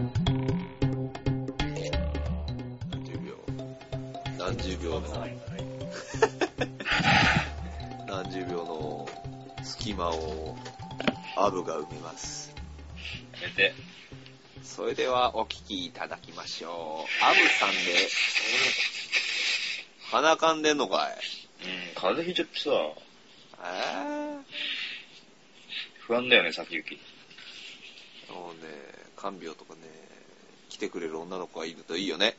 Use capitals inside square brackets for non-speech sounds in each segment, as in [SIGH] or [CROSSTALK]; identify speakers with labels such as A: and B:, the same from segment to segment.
A: 30
B: [LAUGHS]
A: 秒の隙間をアブが埋めます。
B: やめて。
A: それではお聞きいただきましょう。アブさんで、鼻かんでんのかい
B: うん、風邪ひいちゃってさ、
A: え
B: 不安だよね、先行き。
A: ー、もうね、看病とかね、来てくれる女の子がいるといいよね。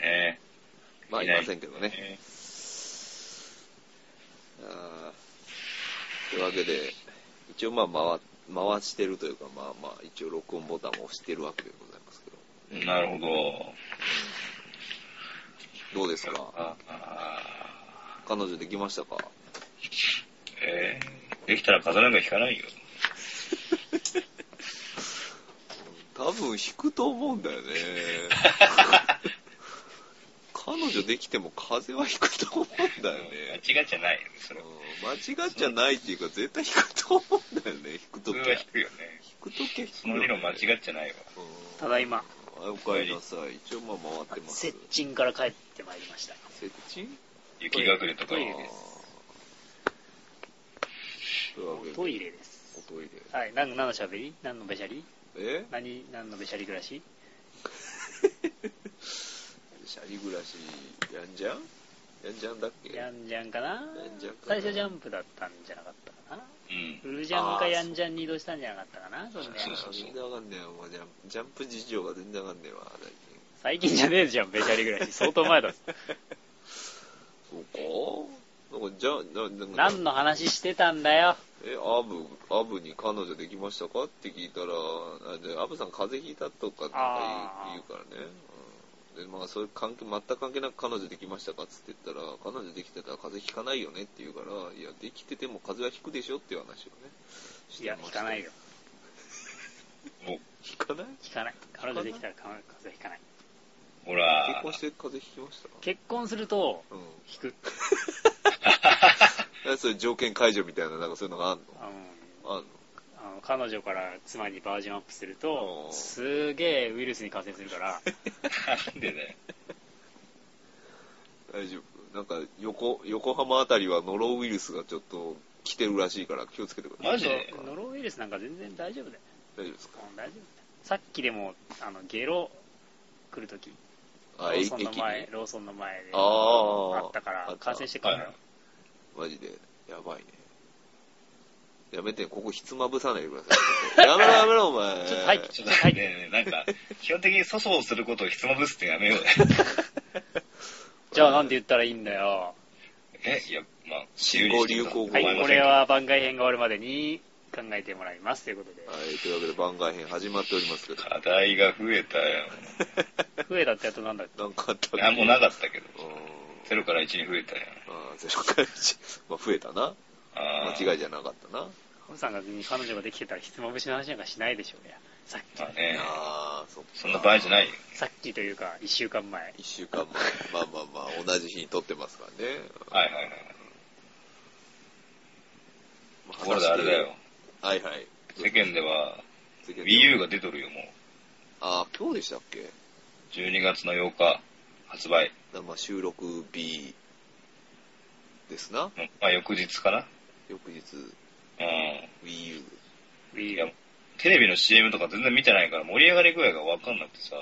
B: ね
A: まあ、い
B: いない
A: ませんけど
B: え
A: ね。あーというわけで、一応まあ回、回してるというか、まあまあ、一応録音ボタンを押してるわけでございますけど。
B: うんなるほど。
A: どうですか
B: ああ
A: 彼女できましたか
B: えー、できたら風邪なんか引かないよ。
A: 多分引くと思うんだよね。彼女できても風邪は引くと思うんだよね。
B: 間違っちゃないよね、それは。
A: うん間違っちゃないっていうか、絶対引くと思うんだよね。引くと
B: 普
A: き
B: 通は
A: ゃ。引
B: 引くよね。
A: くときゃ引
B: そ
A: くよ
B: の
A: ね、
B: 理論間違っちゃないわ。
A: うん
C: ただいま、
A: はいおかえりなさい。一応まあ回ってます。
C: 接近から帰ってまいりました。
A: 接近
B: 雪隠れとか
C: ト
B: は
C: イレです
A: というわけで
C: トイレです。
A: おトイレ。
C: はい、何何のしゃべり何のべしゃり
A: え
C: 何何のべしゃり暮らし
A: シャリ暮らし、やんじゃんやんじゃんだっけ
C: やんじゃんかな
A: やんじゃんかな
C: 最初ジャンプだったんじゃなかったかな
B: うん。
C: フルジャンかやんじゃんに移動したんじゃなかったかなそんな
B: そうそう
A: 全然わかんねえよ、もうジャンプジャンプ事情が全然わかんねえわ、最近。
C: 最近じゃねえじゃん、べしゃり暮
A: [LAUGHS]
C: らし。相当前だぞ。
A: そうかなんか、じゃあ、ななんか
C: 何の話してたんだよ。
A: え、アブ、アブに彼女できましたかって聞いたら、あでアブさん風邪ひいたとかなんか
C: あー
A: 言う言うからね。うん、で、まあ、そういう関係、全く関係なく彼女できましたかっつって言ったら、彼女できてたら風邪ひかないよねって言うから、いや、できてても風邪はひくでしょっていう話をね。し
C: い
A: て
C: や、
A: ま
C: 引
A: した
C: かないよ。。
A: ひかない
C: 引かない。彼女できたら彼女風邪引かない。
B: おほら。
A: 結婚して風邪ひきました
C: 結婚すると、
A: うん。
C: 引く。
A: えそういう条件解除みたいな、なんかそういうのがあん
C: あ
A: のあ
C: の
A: んの
C: あの彼女から妻にバージョンアップすると
A: おー
C: すげえウイルスに感染するか
B: [LAUGHS]
C: ら
B: なんでだよ。
A: 大丈夫なんか横横浜あたりはノロウイルスがちょっと来てるらしいから気をつけてください
B: マジで
C: ノロウイルスなんか全然大丈夫だよ
A: 大丈夫ですか
C: うん大丈夫だよさっきでもあのゲロ来るときロ
A: あ
C: ー
A: 駅
C: ソンの
A: 駅
C: 前
A: ね
C: ローソンの前で
A: あ
C: あ
A: ー
C: ったか
A: あっ
C: ら
A: た
C: 感染してくるの
B: は
C: よ
B: い
A: マジでやばいねやめてここひつまぶさないでください [LAUGHS] やめろやめろお前
C: ちょっと入って
B: ちょっと待ってね、なんか、基本的に粗相することをひつまぶすってやめ
A: [LAUGHS]
B: ようよ。
C: じゃあなんて言ったらいいんだよ
B: え、いや、まあ、
A: 新語流行語
C: は
A: 思い
C: い
A: ま
C: これ。は番外編が終わるまでに考えてもらいますということで
A: はいというわけで番外編始まっておりますけど
B: 課題が増えたよ。
C: 増えたってやつなんだっけ
A: なんかあったっけ
B: あ、もうなかったけど。
A: うーん
B: 0から1に増えたよ。
A: あーゼロから一まあ増えたな
B: あー
A: 間違いじゃなかったな
C: ハムさんが彼女ができてたらひつまぶしの話なんかしないでしょうねさっき
B: まあね、
A: ああそっか
B: そんな場合じゃないよ。
C: さっきというか1週間前
A: 一週間前、まあまあまあ、同じ日に撮ってますからね。
B: はいはいはい。
A: ま
B: ところであれだよ。。
A: はいはい。
B: 世間では、
A: 世間
B: Wii
A: で
B: U が出とるよ、もう。
A: あー今日でしたっけ
B: 12月の8日、発売。
A: だまあ収録日ですな。
B: のまあ、翌日かな。
A: 翌日、
B: う
A: Wii U。
B: ん。い
C: Wii
B: や
C: U、
B: テレビの CM とか全然見てないから、盛り上がり具合がわかんなくてさ、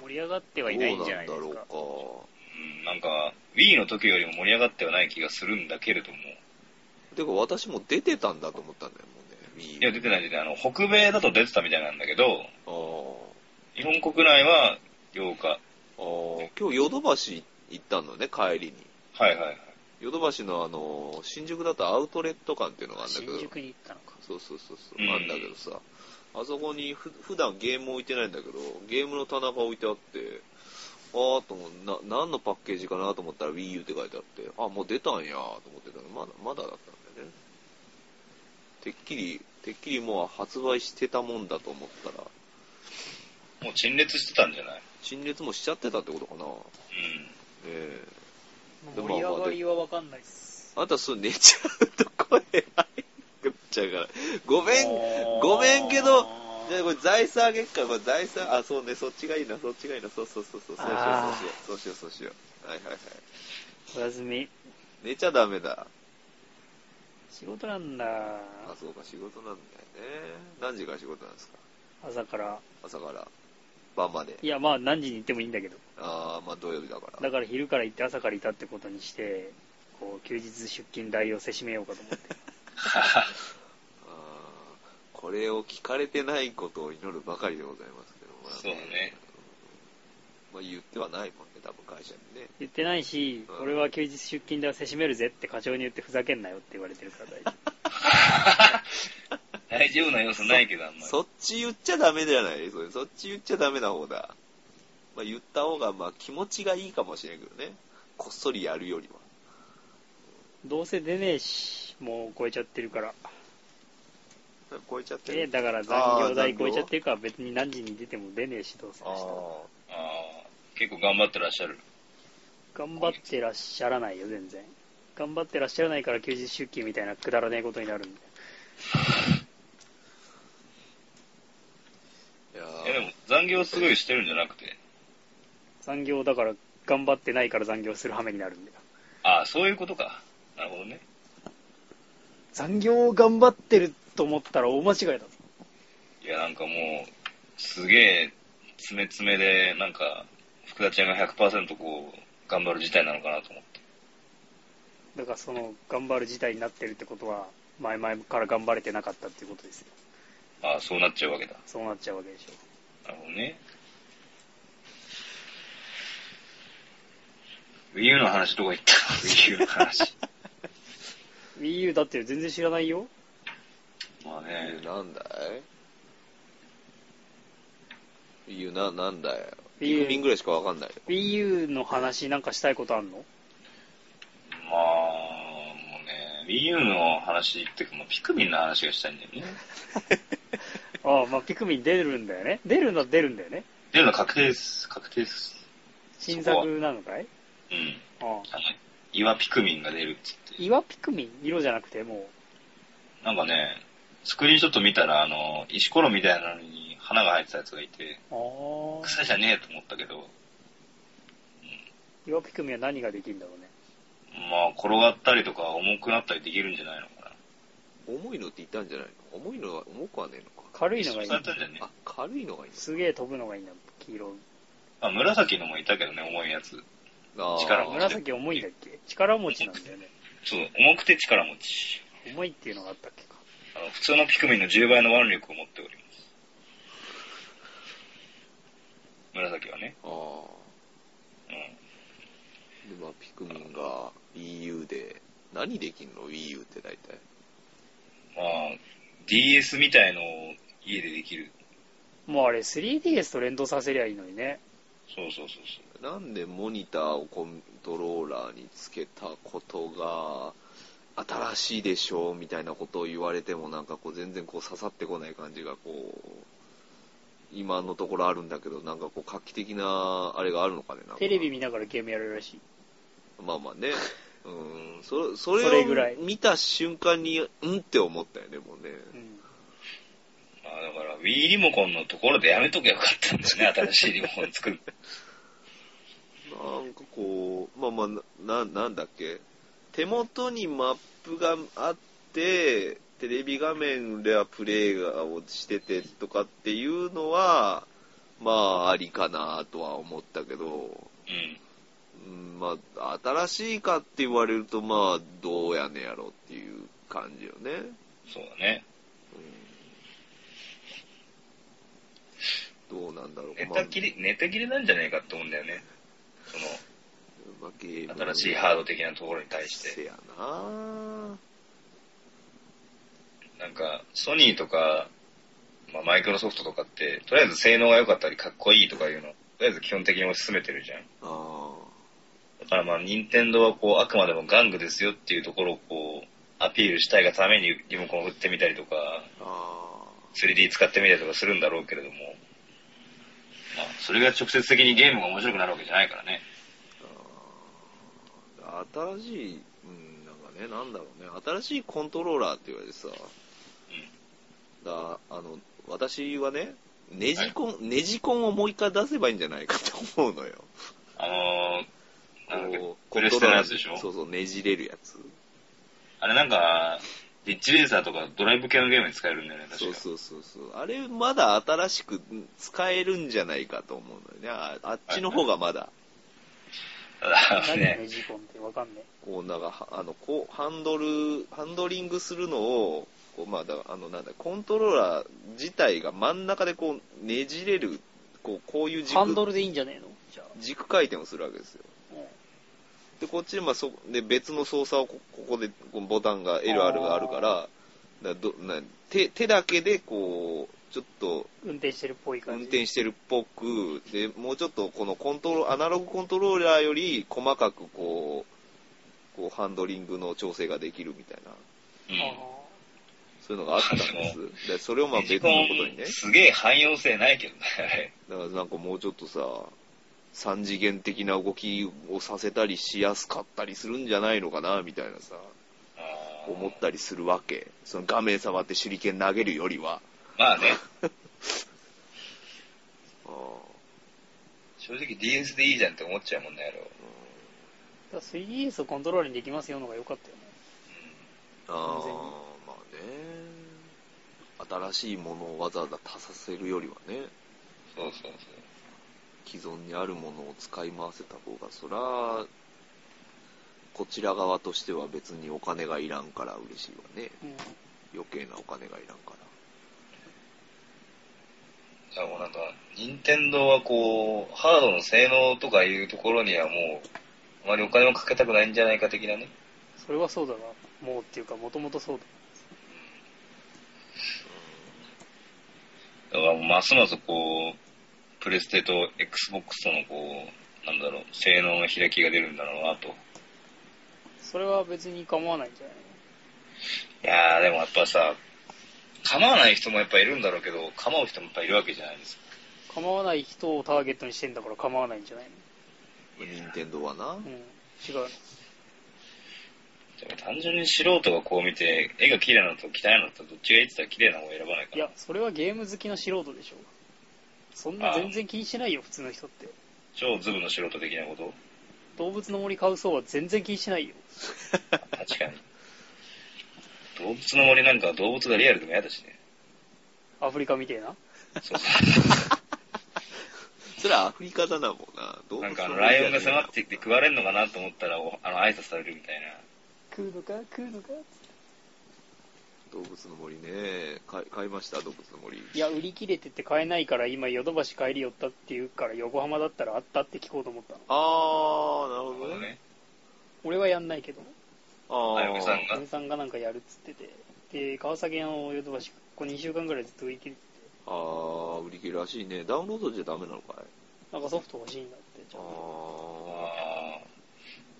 C: 盛り上がって
A: ど
C: はいないんじゃないで
A: う
C: す
A: なんだ
C: か。
A: ろ
B: うん、なんか、Wii の時よりも盛り上がってはない気がするんだけれども、
A: うか。てか、私も出てたんだと思ったんだよ、もうね。Wii
B: いや、出てない出てない。あの、北米だと出てたみたいなんだけど、
A: あー
B: 日本国内は8日。
A: あー。今日、ヨドバシ行ったのね、帰りに。
B: はいはいはい。
A: ヨドバシのあの、新宿だとアウトレット館っていうのがあるんだけ
C: 新
A: ど。
C: 宿に行ったのか。
A: そうそうそうそう、
B: うん
A: あんだけどさ、あそこにふ普段ゲーム置いてないんだけど、ゲームの棚が置いてあって、あーと思うな、何のパッケージかなと思ったら Wii U って書いてあって、あ、もう出たんやと思ってたのまだ、まだだったんだよね。てっきり、てっきりもう発売してたもんだと思ったら、
B: もう陳列してたんじゃない
A: 陳列もしちゃってたってことかな。
B: うん。
A: ええでも
C: 盛り上がりはわかんないっす。
A: あなたすぐ寝ちゃうと声入っちゃうから、ごめん、ごめんけど、じゃあこれ財産あげっから、まあ、財産、あ、そうね、そっちがいいな、そっちがいいな、そうそうそうそう、そうしよ
C: あ
A: う、そうしよう、そうしよう、そうしよう。はいはいはい。
C: おやすみ。
A: 寝ちゃダメだ。
C: 仕事なんだ。
A: あ、そうか、仕事なんだよね。何時から仕事なんですか
C: 朝から。
A: 朝から晩まで
C: い。や、まあ何時に行ってもいいんだけど。
A: ああ、まあ土曜日だから。
C: だから昼から行って朝からいたってことにして、こう、休日出勤代をせしめようかと思って。
A: [LAUGHS] あーこれを聞かれてないことを祈るばかりでございますけど、まあ
B: そうね。
A: まあ言ってはないもんね、多分会社にね。
C: 言ってないし
A: うん、
C: 俺は休日出勤代をせしめるぜって課長に言ってふざけんなよって言われてるから大丈夫。
B: 大丈夫な要素ないけど、あんまり。
A: そっち言っちゃダメじゃないそれそっち言っちゃダメな方だ。まあ言った方が、まあ気持ちがいいかもしれんけどね。こっそりやるよりは。 [LAUGHS]
C: どうせ出ねえし、もう超えちゃってるから。
A: 超えちゃって
C: え
A: る。
C: だから残業代超えちゃってるから別に何時に出ても出ねえし、どうせ
A: あ
C: の人。
A: ー
B: あー結構頑張ってらっしゃる。
C: 頑張ってらっしゃらないよ、全然。頑張ってらっしゃらないから休日出勤みたいなくだらねえことになるんで。
A: いや
B: いや、で
A: ー
B: も残業すごいしてるんじゃなくて。
C: 残業だから頑張ってないから残業する羽目になるんだよ。
B: ああ、そういうことか。なるほどね。
C: 残業を頑張ってると思ったら大間違いだぞ。
B: いや、なんかもう、すげえ、詰め詰めで、なんか、福田ちゃんが100%こう、頑張る事態なのかなと思って。
C: だからその頑張る事態になってるってことは、前々から頑張れてなかったっていうことですよ。
B: ああ、そうなっちゃうわけだ。
C: そうなっちゃうわけでしょ。
B: なるほどね。Wii U の話どこ行った ?Wii U の話。
C: Wii U だって全然知らないよ。
B: まあ [LAUGHS] ね、
A: なんだい理由な、なんだよ。
C: 理由
A: ピクミンぐらいしかわかんないよ。
C: Wii U の話なんかしたいことあんの
B: まあ、もうね、Wii U の話っていうか、まあ、ピクミンの話がしたいんだよね。
C: ああ、まあピクミン出るんだよね。出るのは出るんだよね。
B: 出るの確定です。確定です。
C: 新作なのかい
B: うん。
C: ああ。
B: あの、岩ピクミンが出るっつって。
C: 岩ピクミン色じゃなくても
B: なんかね、スクリーンショット見たら、あの、石ころみたいなのに花が入ってたやつがいて、
C: う。ああ。
B: 草じゃねえと思ったけど、
C: 岩ピクミンは何ができるんだろうね。
B: まあ、転がったりとか重くなったりできるんじゃないのかな。
A: 重いのって言ったんじゃないの重いのは、重くはねえのか。
C: 軽いのがいい
B: 一緒。だったんじゃね
A: あ、軽いのがいい
C: すげえ飛ぶのがいいんだ、黄色。
B: まあ、紫のもいたけどね、重いやつ。
A: の。あー
B: 力が
C: 紫重いんだっけ力持ちなんだよね。
B: そう、重くて力持ち。
C: 重いっていうのがあったっけか。
B: あの、普通のピクミンの10倍の腕力を持っております。紫はね。
A: あー
B: うん。
A: で、まあ、ピクミンが Wii U で、何できんの ?Wii U って大体。
B: まあ、DS みたいのを家でできる。
C: もうあれ 3DS と連動させりゃいいのにね。
B: そうそうそうそう。
A: なんでモニターをコントローラーにつけたことが、新しいでしょうみたいなことを言われても、なんかこう、全然こう刺さってこない感じが、こう、今のところあるんだけど、なんかこう、画期的な、あれがあるのかね、なんか
C: テレビ見ながらゲームやるらしい。
A: まあまあね。うん、そそ
C: それ
A: れ
C: ぐらい
A: を見た瞬間に、うんって思ったよね、もうね。
C: うん。
B: まあだから、Wii リモコンのところでやめとけばよかったんですね、新しいリモコン作る。
A: なんかこう、まあまあ、な、なんだっけ。手元にマップがあって、テレビ画面ではプレイがをしててとかっていうのは、まあ、ありかなとは思ったけど、
B: うん。
A: うん、まあ、新しいかって言われると、まあ、どうやねやろっていう感じよね。
B: そうだね。
A: どうなんだろう
B: ネタ切れ、ネタ切れなんじゃないかって思うんだよね。その、
A: まあまあゲーム
B: 新しいハード的なところに対し
A: せ
B: て。
A: やな
B: なんか、ソニーとか、まあ、マイクロソフトとかって、とりあえず性能が良かったり、かっこいいとかいうの、とりあえず基本的に推し進めてるじゃん。
A: ああ
B: だからまあ、任天堂はこう、あくまでも玩具ですよっていうところをこう、アピールしたいがためにリモコンを振ってみたりとか、
A: あ
B: 3D 使ってみたりとかするんだろうけれども、まあ、それが直接的にゲームが面白くなるわけじゃないからね。
A: あ新しいうんなんかねなんだろうね新しいコントローラーって言われてさだあの私はねネジコン、ネジコンをもう一回出せばいいんじゃないかと思うのよ。
B: あのー、なんだっけ
A: こう
B: プレステのやつでし
A: コントローラーにそ
B: ょ
A: うそう、ねじれるやつ。
B: あれなんか、リッチレーサーとかドライブ系のゲームに使えるんだよね、確か
A: そうそうそうそう。あれ、まだ新しく使えるんじゃないかと思うんだよね。ああっちの方がまだ、
B: ただ
C: 何
B: ね
C: ね、、ジコンってわかんね
A: こう、なんか、はあの、こう、ハンドル、ハンドリングするのを、こう、まあ、だあの、なんだ、コントローラー自体が真ん中でこう、ねじれる、こう、こういう
C: え。
A: 軸
C: ハンドルでいいんじゃねえのじゃあ。
A: 軸回転をするわけですよ。
C: うん
A: で、こっちに、まあ、そ、で、別の操作をこ、ここで、このボタンが LR があるから、だどな手、手だけで、こう、ちょっと、
C: 運転してるっぽい感
A: 運
C: じ。
A: 転してるっぽく、で、もうちょっとこのコントロール、アナログコントローラーより細かくこう、こうハンドリングの調整ができるみたいな、
B: うん。
C: あ
A: そういうのがあったんです。で、それをまあ
B: デジ
A: 別
B: コ
A: の
B: ン
A: ことにね、
B: すげえ汎用性ないけどね、あれ。
A: だからなんかもうちょっとさ、三次元的な動きをさせたりしやすかったりするんじゃないのかな、みたいなさ、
B: あー
A: 思ったりするわけ。その画面触って手裏剣投げるよりは。
B: まあね、
A: あ
B: 正直 DS でいいじゃんって思っちゃうもんね、あれは。
C: あ。3DS をコントロールにできますよのが良かったよね。
A: ああーまあね新しいものをわざわざ足させるよりはね
B: うん、そうそう
A: 既存にあるものを使い回せた方がそらこちら側としては別にお金がいらんから嬉しいわね
C: うん。
A: 余計なお金がいらんから
B: そう。だからもうなんか、任天堂はこう、ハードの性能とかいうところにはもう、あまりお金をかけたくないんじゃないか的なね。
C: それはそうだな。もうっていうか、もともとそうだ。
B: だからますますこう、プレステと Xbox とのこう、なんだろう、性能の開きが出るんだろうなと。
C: それは別に構わないんじゃない
B: いやーでもやっぱさ、構わない人もやっぱいるんだろうけど、構う人もやっぱいるわけじゃないですか。
C: の構わない人をターゲットにしてんだから構わないんじゃない
A: 任天堂はな
B: [LAUGHS]
C: のうん。違う。
B: でも単純に素人がこう見て、絵が綺麗なのと汚いのとどっちがいいって言ったら綺麗な方を選ばないか
C: い
B: ら。
C: や、それはゲーム好きの素人でしょ。そんな全然気にしないよ、普通の人って。
B: 超ズブの素人的なこと
C: 動物の森買う層は全然気にしないよ。
B: 確かに。 [LAUGHS] 動物の森なんか動物がリアルでも嫌だしね。
C: アフリカみてえな。
B: そうそう。
A: それはアフリカだなもうな [LAUGHS] 動
B: なんかあの、ライオンが迫ってきて食われるのかなと思ったら、おあの、挨拶されるみたいな。
C: 食うのか食うのか
A: 動物の森ね買い買いました動物の森
C: いや、売り切れてて買えないから今ヨドバシ帰り寄ったって言うから横浜だったらあったって聞こうと思ったの。
A: ああなるほどね
B: ね。
C: 俺はやんないけど、
A: あ
B: ライオンさんが
C: 嫁さんがなんかやるっつってて。で、川崎のヨドバシ、ここ2週間ぐらいずっと売り切れてて、
A: あー売り切れらしいねダウンロードじゃダメなのかい
C: なんかソフト欲しいんだって。じ
A: あ
C: ゃ
B: あ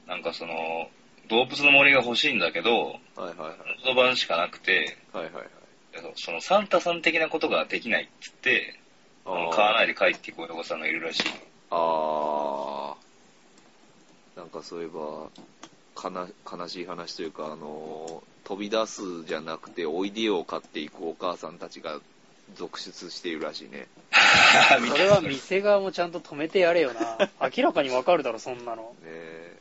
B: ーなんかその、動物の森が欲しいんだけど、
A: あはいはいはい
B: ソフト版しかなくて、
A: はいはいはい
B: そのサンタさん的なことができないっつって、
A: あ
B: あの
A: ー
B: 買わないで帰ってこいお子さんがいるらしい。
A: あーなんかそういえばかな悲しい話というかあのー飛び出すじゃなくておいでよを買っていくお母さんたちが続出しているらしいね
B: あ
C: あそれは店側もちゃんと止めてやれよ [LAUGHS] な。明らかにわかるだろ、そんなの。
A: ねえ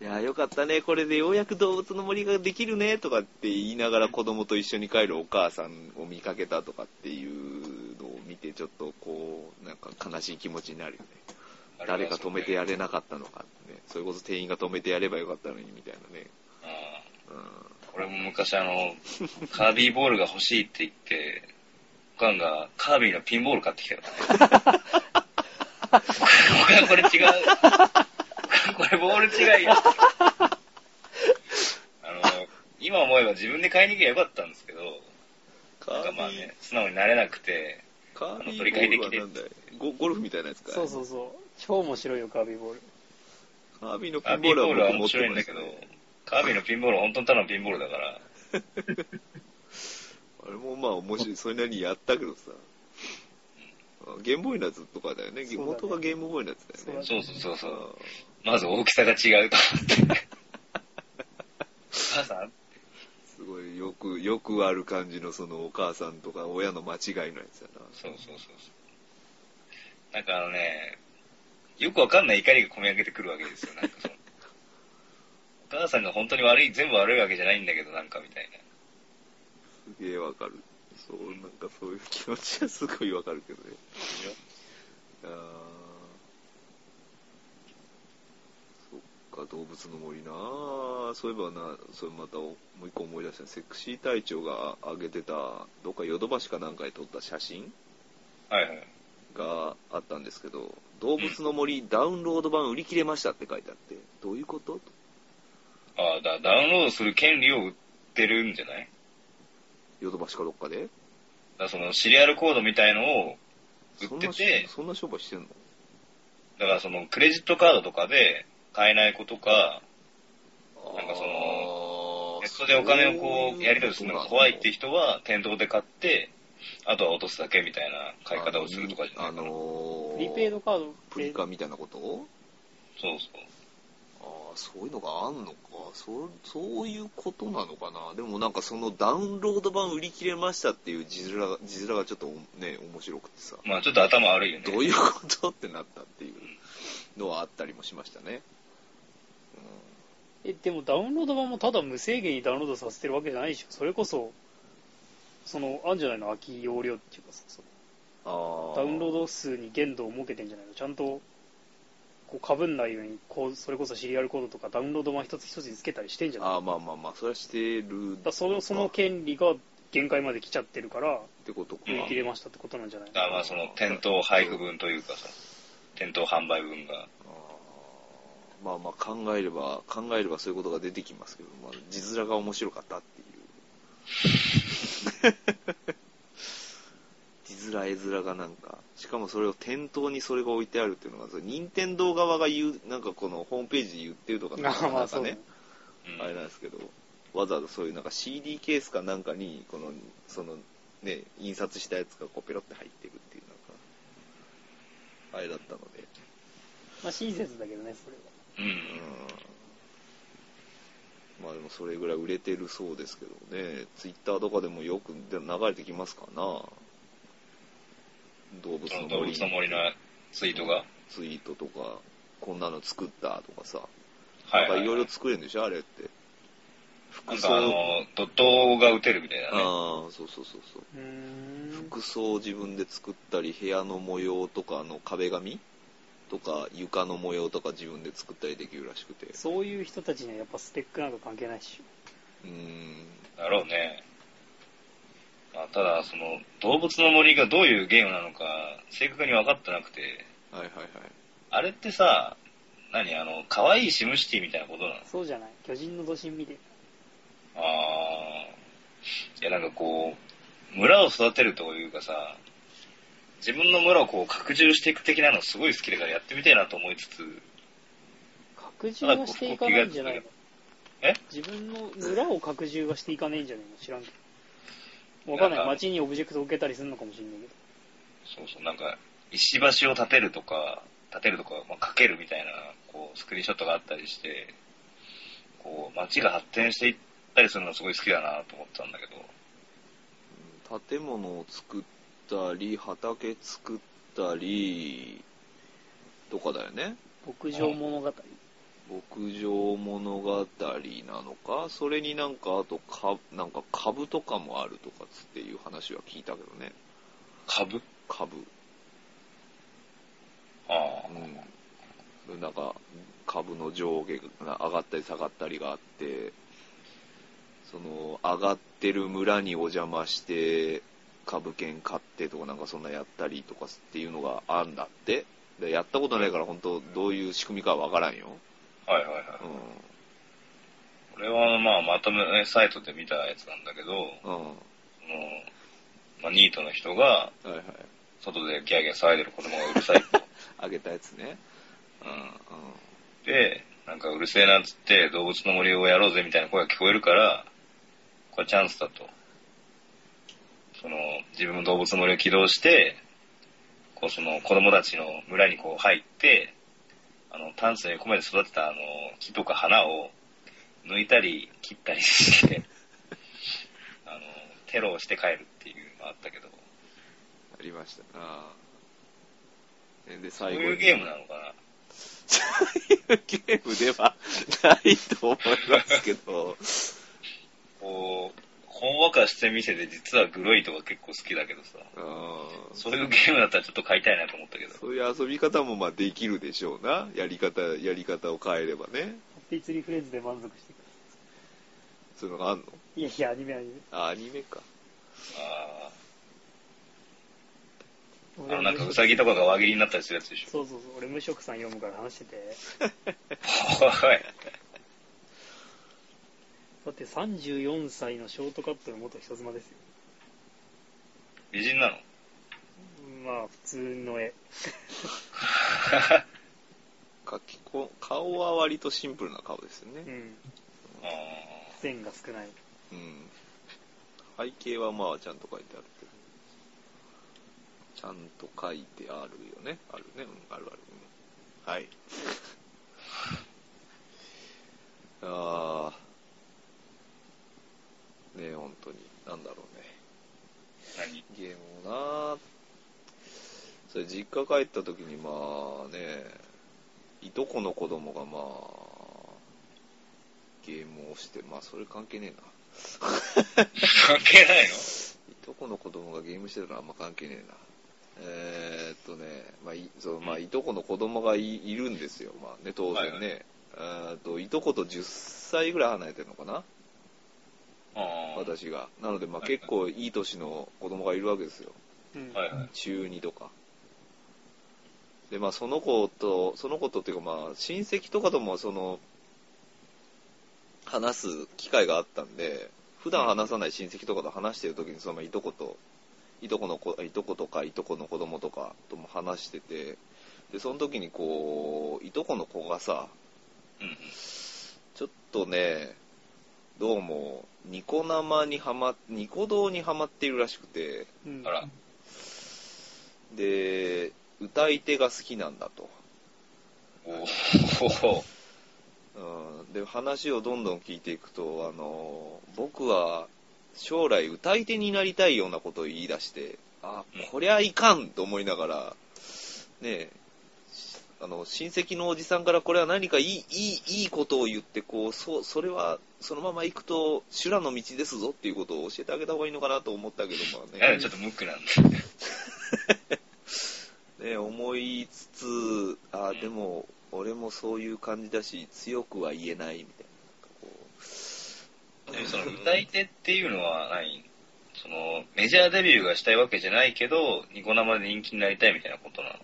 A: いやーよかったねこれでようやく動物の森ができるねとかって言いながら子供と一緒に帰るお母さんを見かけたとかっていうのを見てちょっとこうなんか悲しい気持ちになるよね誰か止めてやれなかったのかってね。それこそ店員が止めてやればよかったのに、みたいなね。
B: あ
A: うん。
B: ー俺も昔あの、カービーボールが欲しいって言って、おかんがカービーのピンボール買ってきたよ。これ、これ違う。これボール違いよ。あの、今思えば自分で買いに行けばよかったんですけど、
A: カ
B: なんか
A: ービ
B: まあ
A: ィ、
B: ね、素直になれなくて、
A: カービ
B: あ
A: ィ
B: の取り替えで
A: ボール
B: きて
A: はなんだいゴゴルフみたいなやつかい
C: そうそうそう。超面白いよ、カービーボール。
A: カービィのピ
B: カー
A: ン
B: ビ
A: ボール
B: ーボール
A: は
B: は
A: 僕持
B: 面
A: って
B: 白いん
A: ま
B: だ
A: す
B: け
A: ね
B: ど、カービィのピンボールは本当にただのピンボールだから、
A: あれもまあ面白い、それなりにやったけどさ。あゲームボーイのやつとかだよね。
C: そうだね
A: 元がゲームボーイのやつだよね。。
B: そうそうそうそううんまず大きさが違うと思
A: [LAUGHS]
B: って。母さん
A: すごい、よく、よくある感じのそのお母さんとか親の間違いのやつだな。
B: そうそうそうそう。なんかあのね、よくわかんない怒りが込み上げてくるわけですよ。なんかそのお母さんが本当に悪い、全部悪いわけじゃないんだけど、なんかみたいな。
A: すげえわかる。そう、なんかそういう気持ちはすごいわかるけどね。
B: いや
A: あーそっか、動物の森なあそういえばな、それまたおもう一個思い出した。セクシー隊長が上げてた、どっかヨドバシかなんかで撮った写真
B: はいはい。
A: があったんですけど、動物の森ダウンロード版売り切れましたって書いてあって、どういうこと
B: ああ、だダウンロードする権利を売ってるんじゃない
A: ヨドバシかどっかで
B: だからそのシリアルコードみたいのを売ってて、
A: そんな商売してんの
B: だからそのクレジットカードとかで買えないことか、なんかそ
A: の
B: ネットでお金をこうやり取りするのが怖いって人は店頭で買って、あとは落とすだけみたいな買い方をするとかじゃない
A: あ
B: かな。
A: の
C: プリペイドカード
A: プリカみたいなこと
B: そうそう。
A: ああそういうのがあんのかそうそういうことなのかなでもなんかそのダウンロード版売り切れましたっていう字面が字面がちょっとね面白くてさ
B: まあちょっと頭悪いよね。
A: どういうことってなったっていうのはあったりもしましたね、
C: え、でもダウンロード版もただ無制限にダウンロードさせてるわけじゃないでしょ。それこそ、その、あんじゃないの空き容量っていうかさ、その
A: うん、あ
C: ダウンロー
A: ド
C: ド数に限度を設けてんじゃないのちゃんと、こう、被んないように、こう、それこそシリアルコードとかダウンロード版一つ一つにつけたりしてんじゃない
A: ああまあまあまあそれはしてる
C: だからその、その権利が限界まで来ちゃってるから、
A: ってことか
C: 売り切れましたってことなんじゃないの
B: だからまあその店頭配布分というかさ、店頭販売分が。
A: あーまあまあ考えれば考えればそういうことが出てきますけど、まあ、字面が面白かったっていう字面絵面がなんかしかもそれを店頭にそれが置いてあるっていうのがそれ任天堂側が言うなんかこのホームページで言ってるとかなか
C: [LAUGHS] あま
A: な
C: あ
A: か
C: そう
A: ね
B: うん
A: あれなんですけどわざわざそういうなんか CD ケースかなんかにこのそのね印刷したやつがこうペロって入ってるっていうなんかあれだったので
C: まあ親切だけどね、それは。
B: う
A: う
B: ん。
A: んまあでもそれぐらい売れてるそうですけどね、ツイッターとかでもよく流れてきますかな、動物
B: その
A: の
B: 動
A: 森
B: 物の森のツイートが。
A: ツイートとか、こんなの作ったとかさ、
B: はい
A: なんか
B: はい
A: いろいろ作れるんでしょ、あれって。
B: なん
A: 服装
B: かあの、ドットが打てるみたいなね。
A: ああ、そうそうそうそう。
C: うーん。
A: 服装を自分で作ったり、部屋の模様とかの壁紙とか、床の模様とか自分で作ったりできるらしくて。
C: そういう人たちにはやっぱスペックなんか関係ないし。
A: うーん。
B: だろうね。まあ、ただ、その、動物の森がどういうゲームなのか、正確に分かってなくて、
A: はいはいはい。
B: あれってさ、何あの、可愛いシムシティみたいなことなの
C: そうじゃない。巨人の土神見て。
B: あーいや、なんかこう、村を育てるというかさ、自分の村をこう拡充していく的なのすごい好きだからやってみたいなと思いつつ、
C: 拡充はしていかないんじゃないの
B: え
C: 自分の村を拡充はしていかないんじゃないの知らんけど。わかんな。
B: ないんか
C: 街にオブジェクトを置けたりするのかもしれないけど。
B: そうそう、なんか、石橋を建てるとか、建てるとか、まあ、かけるみたいな、こう、スクリーンショットがあったりして、こう、街が発展していったりするのがすごい好きだなと思ってたんだけど、
A: 建物を作ったり畑作ったりとかだよね
C: 牧場物語。
A: 牧場物語なのかそれになんかあとかなんか株とかもあるとかつっていう話は聞いたけどね
B: 株
A: 株
B: ああ、
A: うんなんか株の上下が上がったり下がったりがあってその上がってる村にお邪魔して株券買ってとかなんかそんなやったりとかっていうのがあんだってでやったことないから本当どういう仕組みかはわからんよ、
B: はいはいはい。
A: う
B: これは、まあ、まとめサイトで見たやつなんだけど、
A: んうん、は
B: その、まあ、ニートの人が、
A: いはい
B: 外でギャーギャー騒いでる子供がうるさいって言っ
A: あげたやつねうんうん
B: て、 [LAUGHS] なんかうるせえなっつって、動物の森をやろうぜみたいな声が聞こえるから、これはチャンスだと。その、自分の動物の森を起動して、こう、その、子供たちの村にこう入って、あの、タンスに込めて育てた、あの、木とか花を抜いたり、切ったりして、 [LAUGHS] あの、テロをして帰るっていうのがあったけど、
A: ありましたああで
B: そう
A: 最後
B: いう
A: に
B: ゲームなのかな
A: [LAUGHS] ゲームではないと思いますけど
B: こう、ほんわかして見せて、実はグロいとか結構好きだけどさ、
A: あー
B: そういうゲームだったらちょっと買いたいなと思ったけど。
A: そういう遊び方もまあできるでしょうな。やり方、やり方を変えればね。
C: ハッピーツリーフレンズで満足してく
A: そういうのがあんの
C: る。いやいや、アニメアニメ。
A: あ、アニメか。
B: あーあ
C: 俺
B: の、なんかウサギとかが輪切りになったりするやつでしょ。
C: そうそうそう、俺無職さん読むから話してて。
B: はい。
C: だって34歳のショートカットの元人妻ですよ。
B: 美人なの
C: まあ、普通の絵。
B: あ
A: かきこ顔は割とシンプルな顔ですよ
C: う
A: ね。
C: ん。
B: ー
C: 線が少ない。
A: うん。背景はまあちゃんと書いてあるけど。ちゃんと書いてあるよね。あるね。うん、あるある。うんはい。 [LAUGHS] ああ。ねえ、本当に。なんだろうね。
B: 何 [LAUGHS]
A: ゲームをなそれ実家帰った時にまあねいとこの子供がまあゲームをしてまあそれ関係ねえな
B: [LAUGHS] 関係ないの
A: いとこの子供がゲームしてるのはあんま関係ねえなえーっとねまあいそうまあいとこの子供がいいるんですよまあね当然ね、えーっといとこと10歳ぐらい離れてるのかな
B: あー
A: 私がなのでまあ
B: はいはい
A: 結構いい年の子供がいるわけですよ
C: うん。
B: はいはい。
A: 中2とか。で、まあ、その子と、その子とっていうか、まあ、親戚とかとも、その、話す機会があったんで、普段話さない親戚とかと話してる時に、その、いとこと、いとこの子、いとことか、いとこの子供とかとも話してて、で、その時に、こう、いとこの子がさ、
B: うんうん。
A: ちょっとね、どうも、ニコ生にハマ、ニコ動にハマっているらしくて、
C: うん
B: あら。
A: で、歌い手が好きなんだと。
B: お
A: [LAUGHS]
B: お。
A: うん、で、話をどんどん聞いていくと、あの、僕は将来歌い手になりたいようなことを言い出して、あ
B: うん、
A: こりゃいかんと思いながら、ねえ、しあの、親戚のおじさんからこれは何かいい、いい、いいことを言って、こう、そ、それは、そのまま行くと修羅の道ですぞっていうことを教えてあげた方がいいのかなと思ったけど、まあね。
B: なんでちょっとムックなんだ。
A: [LAUGHS] ね、思いつつ、あーでも、俺もそういう感じだし、強くは言えないみたいな。なんかこう
B: えその歌い手っていうのは何そのメジャーデビューがしたいわけじゃないけど、ニコ生で人気になりたいみたいなことなの。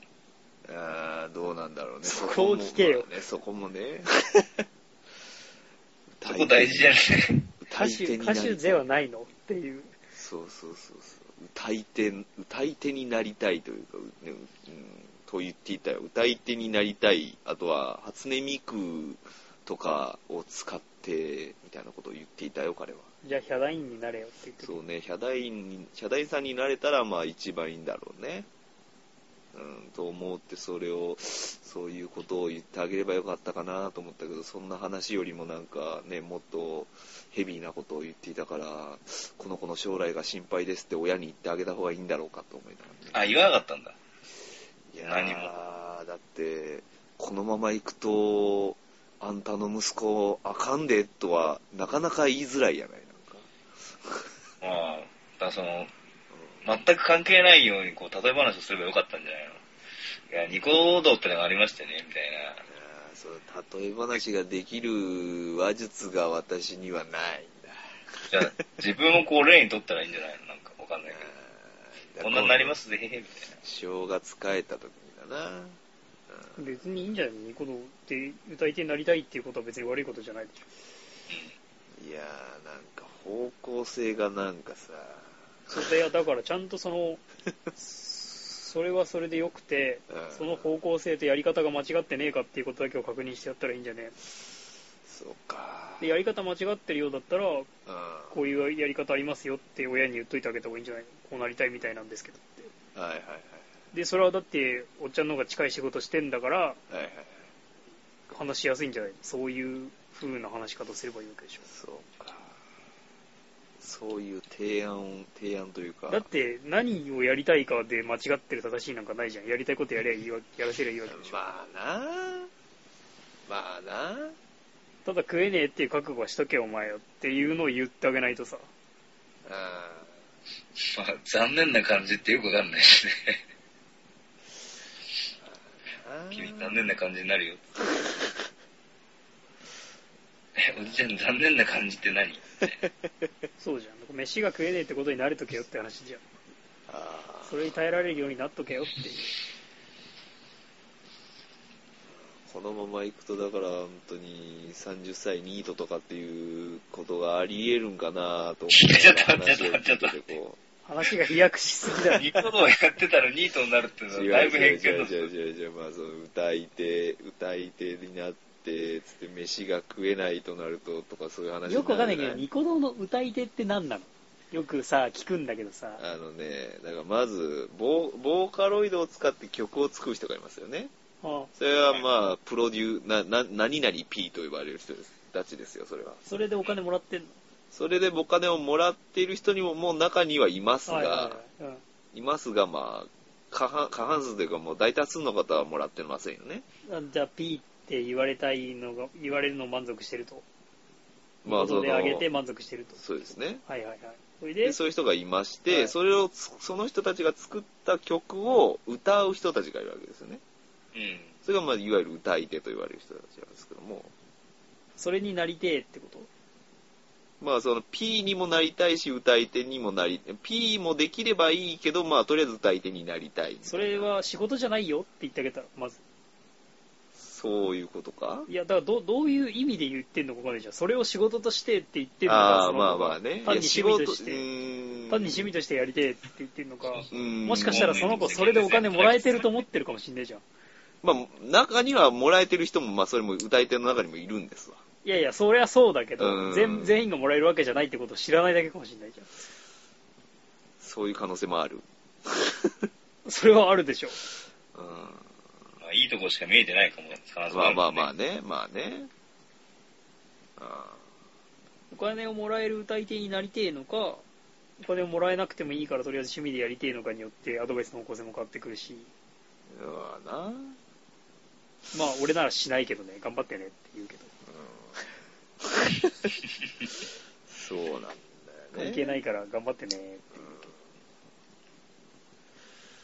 A: あーどうなんだろうね。
C: そこを聞けよ
A: そこもまあね、そこも
C: [LAUGHS]
A: ね。
B: そこ大事じゃない
A: 歌
C: 歌
A: い手
C: 手、
A: にな
C: 歌
A: り
C: 手ではないのっていう。
A: そうそうそうそう。歌い手、歌い手になりたいというか、うねうん、と言っていたよ。歌い手になりたい。あとは、初音ミクとかを使って、みたいなことを言っていたよ、彼は。
C: じゃあ、ヒャダインになれよって言ってる。
A: そうね、ヒャダインに、ヒャダインさんになれたら、まあ一番いいんだろうね。うん、と思って、それを、そういうことを言ってあげればよかったかなと思ったけど、そんな話よりもなんかね、もっとヘビーなことを言っていたから、この子の将来が心配ですって親に言ってあげた方がいいんだろうかと思いながらね。
B: [LAUGHS] あ、言わなかったんだ。
A: いや
B: 何
A: ーだって、このまま行くと、あんたの息子、あかんで、とは、なかなか言いづらいやない、なんか。
B: まあ、だからその、
A: うん
B: 全く関係ないように、こう、例え話をすればよかったんじゃないのいや、ニコ動ってのがありましてね、みたいな。
A: あーそう例え話ができる話術が私にはないんだ。
B: じゃ
A: [LAUGHS]
B: あ、自分をこう、例にとったらいいんじゃないのなんか、わかんないけ
A: あー
B: ど。こんなになりますぜ、へへ、みたいな。
A: 正月帰った時にだな。うん
C: 別にいいんじゃないのニコ動って歌い手になりたいっていうことは別に悪いことじゃないでしょ。
A: いやー、なんか方向性がなんかさ、[LAUGHS]
C: それやだからちゃんとそのそれはそれでよくて
A: うん
C: その方向性とやり方が間違ってねえかっていうことだけを確認してやったらいいんじゃね
A: そうか。
C: えでやり方間違ってるようだったら
A: うん
C: こういうやり方ありますよって親に言っといてあげた方がいいんじゃないのこうなりたいみたいなんですけどって
A: はいはいはい。
C: でそれはだっておっちゃんの方が近い仕事してんだから
A: はいはいはい。
C: 話しやすいんじゃないのそういう風な話し方すればいいわけでしょ
A: そうか。そういう提案を、提案というか。
C: だって何をやりたいかで間違ってる正しいなんかないじゃんやりたいことやりゃいいわやらせりゃいいわけでしょ、
A: まあなまあな
C: ただ食えねえっていう覚悟はしとけよお前よっていうのを言ってあげないとさ
B: まあ、残念な感じってよくわかんないしね。君、残念な感じになるよ。え、おじちゃん、残念な感じって何
C: そうじゃん。飯が食えねえってことに慣れとけよって話じゃん。
A: あ
C: それに耐えられるようになっとけよっていう。
A: ーこのまま行くと、だから本当に30歳ニートとかっていうことがあり得るんかなと思って話を聞いててこう。
C: 話が飛躍しすぎだよ。
B: ニート道やってたらニートになるっていう
A: 違う
B: のはだいぶ
A: 違う
B: 偏見
A: 違
B: だ
A: う
B: ぞ。
A: 違う違う違う、まあその歌い手、歌い手になって、つって飯が食えないとなるととかそういう話にる
C: よくわかんないけど、
A: じゃ
C: ニコ動の歌い手って何なのよくさ、聞くんだけどさ。
A: あのね、だからまずボー、ボーカロイドを使って曲を作る人がいますよね。
C: あ
A: それはまあ、プロデュー、な、な、何々 P と呼ばれる人です。たちですよ、それは。
C: それでお金もらってんの
A: それでお金をもらっている人にももう中にはいますが、
C: はいいはいはい
A: ますがまあ、過半過半数というかもう大多数の方はもらってませんよね。
C: うんあじゃあ P って言われたいのが、言われるのを満足してると。
A: まあ、
C: ニ
A: そ
C: コ動
A: の
C: で、上げて満足してると。
A: そうですね。
C: はいはいはい。それで、
A: でそういう人がいまして、
C: はい
A: それをつ、その人たちが作った曲を歌う人たちがいるわけですよね。
B: うん。
A: それがまあ、いわゆる歌い手と言われる人たちなんですけども、
C: それになりてえってこと
A: まあその P にもなりたいし歌い手にもなり P もできればいいけどまあとりあえず歌い手になりたいみたいな
C: それは仕事じゃないよって言ってあげたら、まず。
A: そういうことか
C: いや、だからどうどういう意味で言ってんのかわかんないじゃん。それを仕事としてって言ってんのか、
A: ああ
C: その
A: まあまあね
C: 単に趣味
A: いや
C: として、
A: 仕事うーん
C: 単に趣味としてやりてえって言ってんのか、
A: うん
C: もしかしたらその子それでお金もらえてると思ってるかもしんないじゃん。
A: まあ中にはもらえてる人もまあそれも歌い手の中にもいるんですわ
C: いやいや、そりゃそうだけ
A: うん
C: ど、全全員がもらえるわけじゃないってことを知らないだけかもしんないじゃん。
A: そういう可能性もある
C: それはあるでしょ。
A: うん
B: まあ、いいとこしか見えてないかも、可能性
A: ま
B: は
A: あ
B: る
A: まあまあ。ねまあねあ
C: お金をもらえる歌い手になりてえのか、お金をもらえなくてもいいからとりあえず趣味でやりてえのかによってアドバイスの方向性も変わってくるし、
A: ーうわ [LAUGHS] な
C: まあ俺ならしないけどね、頑張ってねって言うけど、
A: そうなんだよね
C: 関係ないから頑張ってねって言うけど。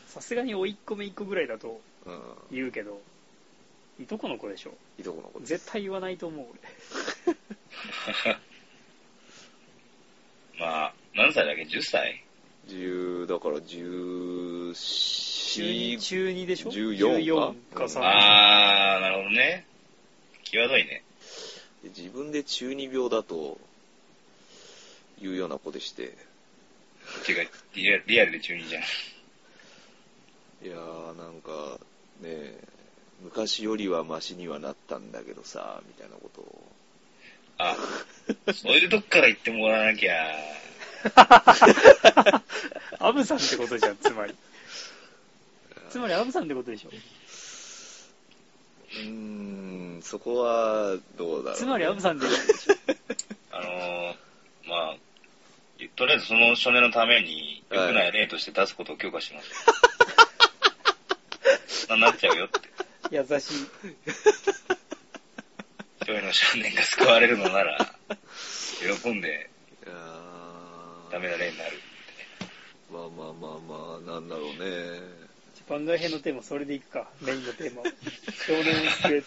C: さすがに甥いっ子めいっ子ぐらいだと
A: うん
C: 言うけど、いとこの子でしょ。
A: いとこの子です
C: 絶対言わないと思う俺。
B: まあ、何歳だっけ ?10 歳
A: 10だから14
C: 中2中二でしょ
A: 14か
C: か3か。
B: あー、なるほどね。際どいね。
A: 自分で中二病だというような子でして
B: てか、リアリアルで中二じゃん。
A: いやーなんかねえ昔よりはマシにはなったんだけどさみたいなことを
B: あ、そういうとこから言ってもらわなきゃ。
C: アブさんってことじゃん、つまり。つまりアブさんってことでしょ。
A: うーんそこはどうだろうね、
C: つまりアブさんでしょ。
B: あのー、まあ、とりあえずその少年のために、良くない例として出すことを許可します。そんなになっちゃうよって。
C: 優しい。
B: 一人の少年が救われるのなら、喜んで
A: あー
B: ダメな例になる。
A: まあまあまあまあなんだろうね
C: 番外編のテーマ、それでいくか。メインのテーマを。少年を救え。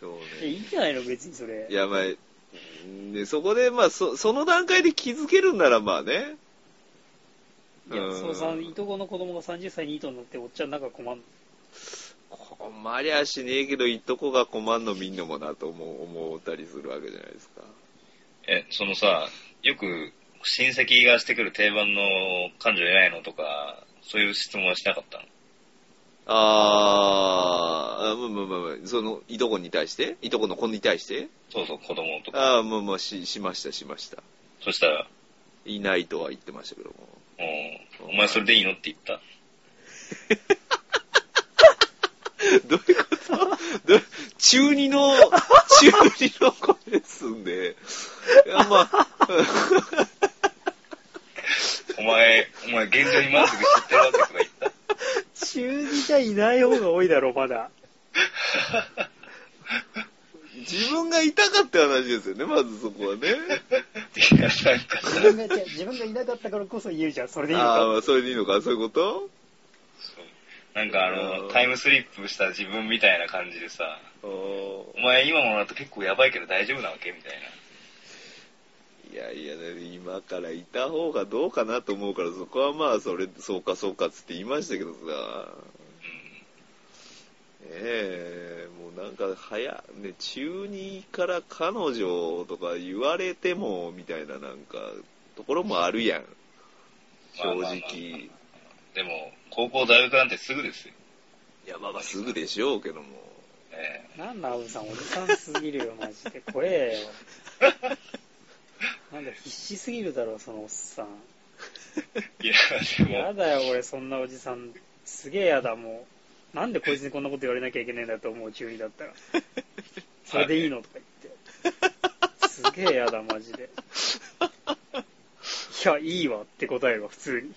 A: 少
C: え、
A: 年
C: いいんじゃないの別にそれ。
A: いやばい、ね、そこでまあそその段階で気づけるんならまあね
C: いや、
A: うん
C: そのさん、いとこの子供が30歳にいとになって、おっちゃんなんか困んの。
A: 困りゃしねえけど、いとこが困んの見んのもなと思う思ったりするわけじゃないですか。
B: え、そのさ、よく親戚がしてくる定番の彼女偉いのとか、そういう質問はしなかったの
A: あー、あまあまあまあまあ、その、いとこに対していとこの子に対して
B: そうそう、子供とか。
A: ああ、まあまあ、し、しました、しました。
B: そしたら、
A: いないとは言ってましたけども。
B: うんお前それでいいのって言った。
A: [LAUGHS] どういうことど中二の、 [LAUGHS] 中二の子ですんで。いやまあ、 [LAUGHS]
B: お前、お前現状に満足してるわけとか言 [LAUGHS] った。
C: 中二じゃいない方が多いだろ、まだ。
A: [LAUGHS] 自分が痛かった話ですよね、まずそこはね。
B: いや、なんか、
C: 自分が違う自分がいなかったからこそ言うじゃんそれでいいの
A: あ
C: か
A: あ、それでいいのか、そういうこと
B: なんかあの、タイムスリップした自分みたいな感じでさ、
A: お
B: お前今もらって結構やばいけど大丈夫なわけみたい
A: ーいやいや、ね、今からいた方がどうかなと思うから、そこはまあ、それ、そうかそうかっつって言いましたけどさ、ねえもうなんか、早、ね、中2から彼女とか言われても、みたいななんか、ところもあるやん。
B: な。
A: 正
B: うん。まあまあまあ
A: 直。。
B: でも、高校大学なんてすぐですよ。
A: いや、まあまあ、すぐでしょうけども。
B: え
C: なんだアブさんおじさんすぎるよマジで怖えよなんだ必死すぎるだろそのおっさん
B: えいや、で
C: や
B: も、
C: だよ俺そんなおじさんすげえやだもうなんでこいつにこんなこと言われなきゃいけないんだと思う中二だ
A: [LAUGHS]
C: ったらそれでいいのとか言ってすげえやだマジでいやいいわって答えは普通に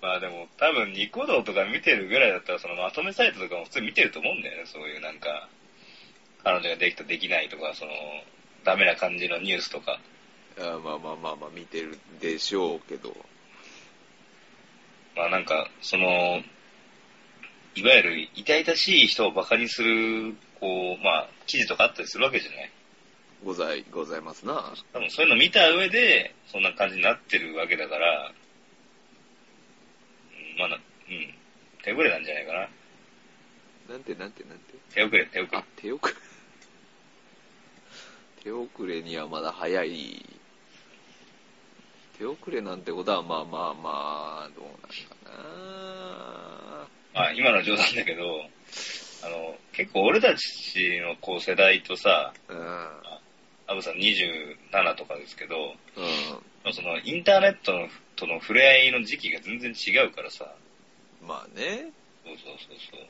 B: まあでも、多分ニコ動とか見てるぐらいだったら、そのまとめサイトとかも普通に見てると思うんだよね。そういうなんか、彼女ができた、できないとか、その、ダメな感じのニュースとか。
A: あまあまあまあまあ、見てるでしょうけど。
B: まあなんか、その、いわゆる痛々しい人をバカにする、こう、まあ、記事とかあったりするわけじゃない。
A: ござい、ございますな。
B: 多分そういうの見た上で、そんな感じになってるわけだから、うんまあな、うん、手遅れなんじゃないかな。
A: なんてなんてなんて。
B: 手遅れ、手遅れ
A: あ。、手遅れ。 [LAUGHS] 手遅れにはまだ早い。手遅れなんてことは、まあまあまあ、どうなんか
B: まあ、今の冗談だけど、あの、結構俺たちのこう世代とさ、
A: な。
B: アブさん27とかですけど、
A: うん。う
B: そのインターネットのとの触れ合いの時期が全然違うからさ、
A: ん。まあね。
B: そうそうそうそう。だか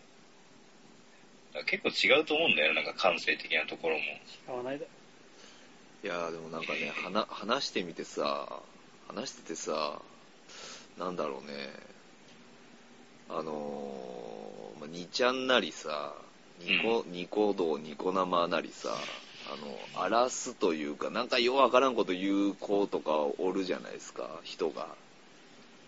B: ら結構違うと思うんだよね、なんか感性的なところも。
C: 買わないだ
A: いやーでもなんかね、はな話してみてさ、話しててさ、なんだろうね。あのー、まあ、2ちゃんなりさ、ニコ、ニコ動、ニコ生なりさ、あの、荒らすというか、なんかようわからんこと言う子とかおるじゃないですか、人が。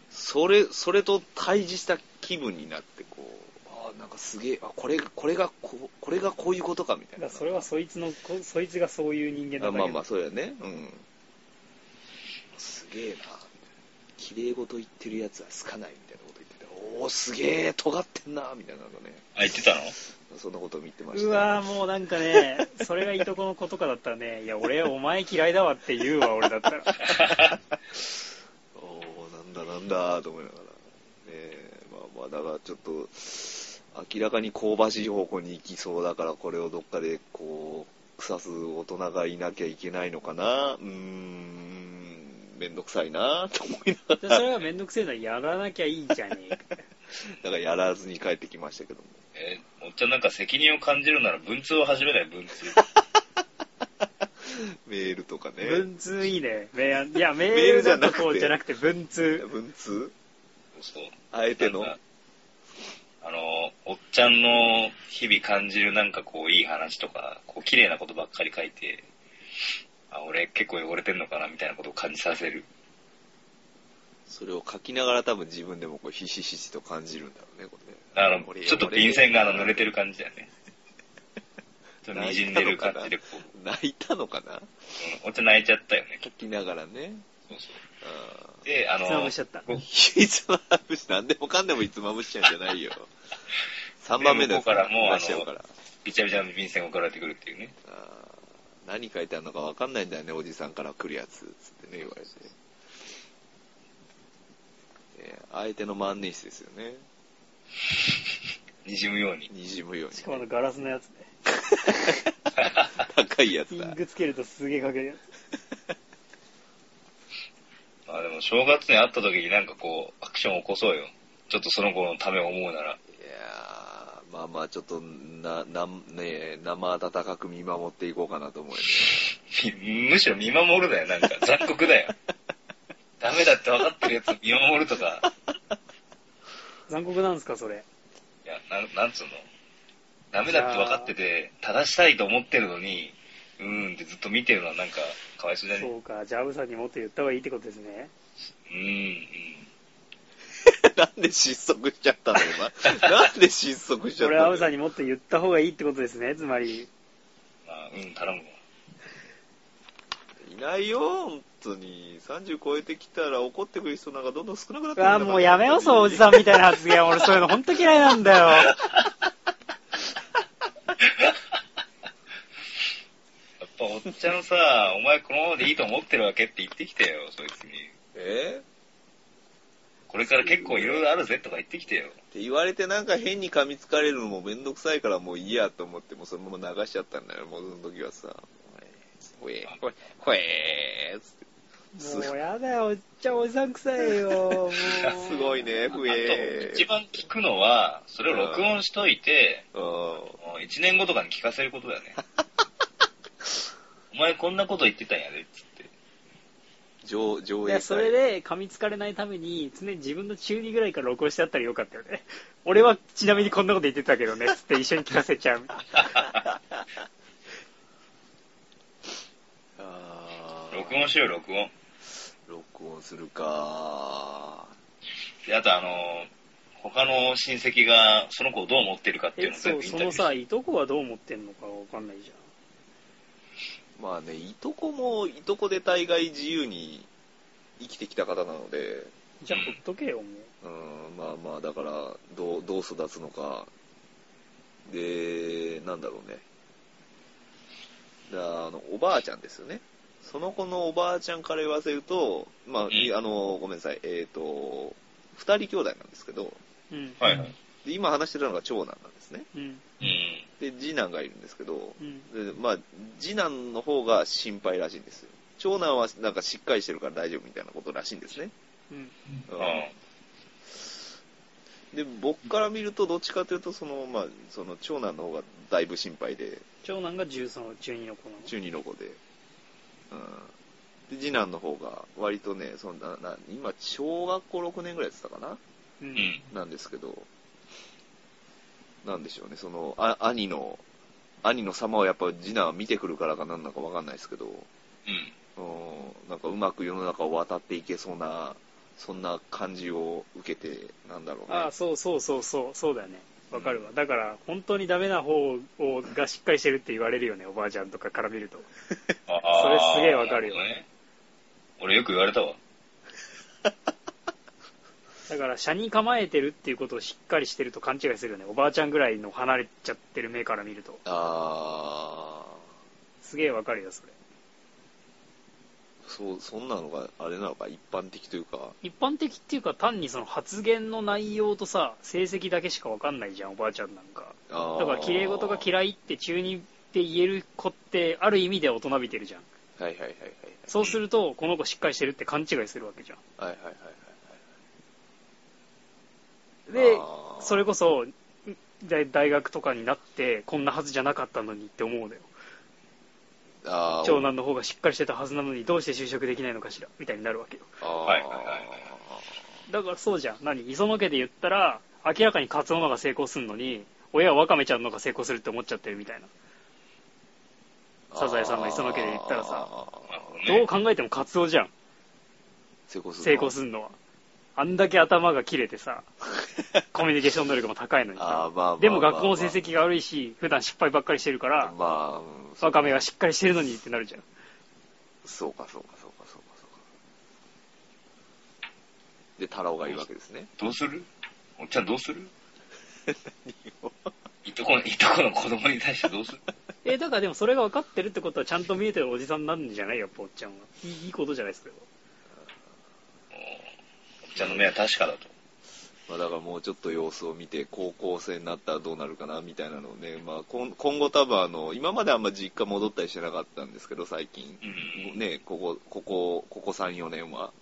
A: それ、それと対峙した気分になって、こう、あーなんかすげえ、あ、これ、これがこう、これがこういうことか、みた
C: だ
A: いな。
C: からそれはそいつのこそいつがそういう人間
A: あ
C: だ
A: ま
C: だ
A: あ
C: け
A: まあ、そうやね。うん。すげえな。綺麗事言ってるやつは好かないみたいなこと言ってて、おお、すげえ、尖ってんな、みたいなのね。
B: あ、言って [LAUGHS] たの
A: そんなことを見てました。
C: うわーもうなんかね、それがいとこの子とかだったらね、いや、俺、お前嫌いだわって言うわ、俺だったら。
A: おおなんだなんだ、と思いながら。ねえ、まあまあ、だからちょっと、明らかに香ばしい方向に行きそうだから、これをどっかで、こう、腐す大人がいなきゃいけないのかな。うーん、めんどくさいな、と思いなが
C: で
A: ら。
C: それはめんどくせえのはやらなきゃいいじゃねえか。
A: だからやらずに帰ってきましたけども。
B: えー、おっちゃんなんか責任を感じるなら文通を始めない文通。
A: メールとかね。
C: 文通いいね。メールいや、メ
A: メー
C: ー
A: ル
C: ル
A: じゃな
C: だと
A: くて
C: こうじゃなくて、文通。
A: 文通
B: そう。
A: あえての。
B: なん
A: あ
B: かあの、おっちゃんの日々感じるなんかこういい話とか、こう綺麗なことばっかり書いて、あ、俺結構汚れてんのかなみたいなことを感じさせる。
A: それを書きながら多分自分でもこうひしひしと感じるんだろうね、これね。
B: だから、ちょっと便箋があの濡れてる感じだよね。ちょっと滲んでる感じで、こう、
A: 泣いたのかな
B: うんおっちゃん泣いちゃったよね。
A: 書きながらね。
B: そうそう。
A: あ
B: で、あの、
C: つまむしちゃった。
A: ーいつまぶし、なんでもかんでもいつまぶしちゃうんじゃないよ。3番目のやつ
B: で向こうからもうあの
A: 出しちゃうから。
B: びちゃびちゃの便箋送られてくるっていうね。
A: あー何書いてあるのかわかんないんだよね、おじさんから来るやつ、つってね、言われて。ね相手の万年筆ですよね。
B: 滲むように。
A: 滲むように
C: しかもあのガラスのやつね。
A: 高いや
C: イ
A: つだ
C: ン。グつけるとすげえかけるやつ。
B: まあでも、正月に会った時になんかこう、アクションを起こそうよ。ちょっとその子のためを思うなら。
A: いやーまあまあちょっとな、なんねえ、生温かく見守っていこうかなと思うよね。
B: みむしろ見守るだよ、なんか。残酷だよ。 [LAUGHS] ダメだって分かってるやつを見守るとか。
C: 残酷なんですか、それ。
B: いや、なん、なんつうの。ダメだって分かってて、正したいと思ってるのに、うーんってずっと見てるのはなんか、かわいそうじゃね
C: そうか、ジャブさんにもっと言った方がいいってことですね。
B: うーん、うん。
A: [LAUGHS] なんで失速しちゃったの [LAUGHS] 今。なんで失速しちゃ
C: こ
A: った
C: れ、
A: の
C: アブさんにもっと言った方がいいってことですね、つまり。
B: まあ、うん、頼むわ。
A: いないよ、本当に。30超えてきたら怒ってくる人なんかどんどん少なくなってくるんだ
C: うわ、
A: から
C: もうやめよう、そう、おじさんみたいな発言。俺、そういうの本当嫌いなんだよ。
A: [LAUGHS]
B: やっぱおっちゃんさ、お前このままでいいと思ってるわけって言ってきてよ、そいつに。
A: え
B: これから結構いろいろあるぜとか言ってきてよ。
A: って言われてなんか変に噛みつかれるのもめんどくさいからもういいやと思ってもうそのまま流しちゃったんだよ、もうその時はさ。ほえー、ほえー、ほえー、つって
C: もうやだよ、おっちゃん、おじさん臭いよ。もう
A: すごい。ね、
B: あ
A: ほ
B: と、
A: えー。
B: 一番聞くのは、それを録音しといて、
A: うん
B: もう1年後とかに聞かせることだ
C: [LAUGHS]
B: よね。お前こんなこと言ってたんやで、つって。
A: 上上
C: い
A: 映
C: や、
A: 会
C: それで噛みつかれないために、常に自分の中2ぐらいから録音してあったらよかったよね。俺はちなみにこんなこと言ってたけ [LAUGHS] どね、つって一緒に聞かせち [LAUGHS] ゃう。
A: あー
B: 録音しよう、録音。
A: 録音するか
B: で、あとあの、他の親戚がその子をどう思ってるかっていう
C: え、
B: のを
C: そ
B: 全
C: う、
B: 部イン
C: そ
B: タビュ
C: の
B: ーして
C: さ、いとこはどう思ってんのかわかんないじゃ
A: まあねいとこもいとこで大概自由に生きてきた方なので
C: ん。じゃあ、ほっとけよ、も
A: うんまあまあだからどうどう育つのかでなんだろうねだあのおばあちゃんですよねその子のおばあちゃんから言わせるとまあ、いあのごめんなさいえっ、と2人兄弟なんですけど
C: う。うん。
B: はいはい。
A: で今話してるのが長男なんですね
C: うん。
B: うん。
A: で次男がいるんですけど
C: うん。
A: でまあ、次男の方が心配らしいんですよ。長男はなんかしっかりしてるから大丈夫みたいなことらしいんですね。
C: うん。
A: うん
B: うん
A: で、僕から見ると、どっちかというと、その、まあ、その長男の方がだいぶ心配で、
C: 長男が13、中2の子なの。
A: 中二の子で。うん。で、次男の方が、割とね、そんな、な今、小学校6年ぐらいやってたかな
C: う。
B: うんん。
A: なんですけど、なんでしょうね、その、あ兄の、兄の様をやっぱ次男は見てくるからかなんだかわかんないですけど、
B: うん。
A: うんなんかうまく世の中を渡っていけそうな、そんな感じを受けて、なんだろう
C: あ
A: ね
C: あ、。そうそうそうそう、そうだよね。わかるわ。だから、本当にダメな方をがしっかりしてるって言われるよね、おばあちゃんとかから見ると。
B: あー
C: それすげえわかるよ
B: なほどね俺よく言われたわ。
C: だから、車に構えてるっていうことをしっかりしてると勘違いするよね。おばあちゃんぐらいの離れちゃってる目から見ると。
A: あ
C: すげえわかるよ、それ。
A: ーそう、そんなのが、あれなのか、一般的というか、
C: 一般的っていうか、単にその発言の内容とさ、成績だけしかわかんないじゃん、おばあちゃんなんか。
A: あー
C: だから、綺麗事が嫌いって中二って言える子って、ある意味で大人びてるじゃん。
A: はいはいはいはい。
C: そうすると、この子しっかりしてるって勘違いするわけじゃん。
A: はいはいはいはい。
C: で、
A: あー
C: それこそ、だ大学とかになって、こんなはずじゃなかったのにって思うのよ。
A: あー
C: 長男の方がしっかりしてたはずなのに、どうして就職できないのかしらみたいになるわけよ。
A: あー
B: はいはいはいはい
C: だからそうじゃん。何磯野家で言ったら、明らかにカツオのが成功するのに、親はワカメちゃんのが成功するって思っちゃってるみたいな。サザエさんの磯野家で言ったらさ
A: あー
B: なるほど
C: ど
B: ね
C: う。考えてもカツオじゃん。
A: 成功する。
C: 成功するのは。あんだけ頭が切れ
A: [LAUGHS]
C: てさ、コミュニケーション能力も高いのに
A: あ
C: さ
A: ー。まあまあまあまあ
C: でも学校の成績が悪いし、普段失敗ばっかりしてるから、
A: まあ、うん
C: ワカメはしっかりしてるのにってなるじゃん。
A: そうかそうかそうかそうかそうか。で、太郎がいるわけですね。
B: どうするおっちゃんどうするいとこの、いとこの子供に対してどうする
C: えーだからでもそれが分かってるってことはちゃんと見えてるおじさんなんじゃないやっぱおっちゃんは。いいいいことじゃないですか。
B: おっちゃんの目は確かだと。
A: まあ、だからもうちょっと様子を見て、高校生になったらどうなるかなみたいなのをね、まあ、今今後多分あの、今まであんま実家戻ったりしてなかったんですけど、最近。
B: うん。
A: ね、ここ、ここ、ここ3、4年は。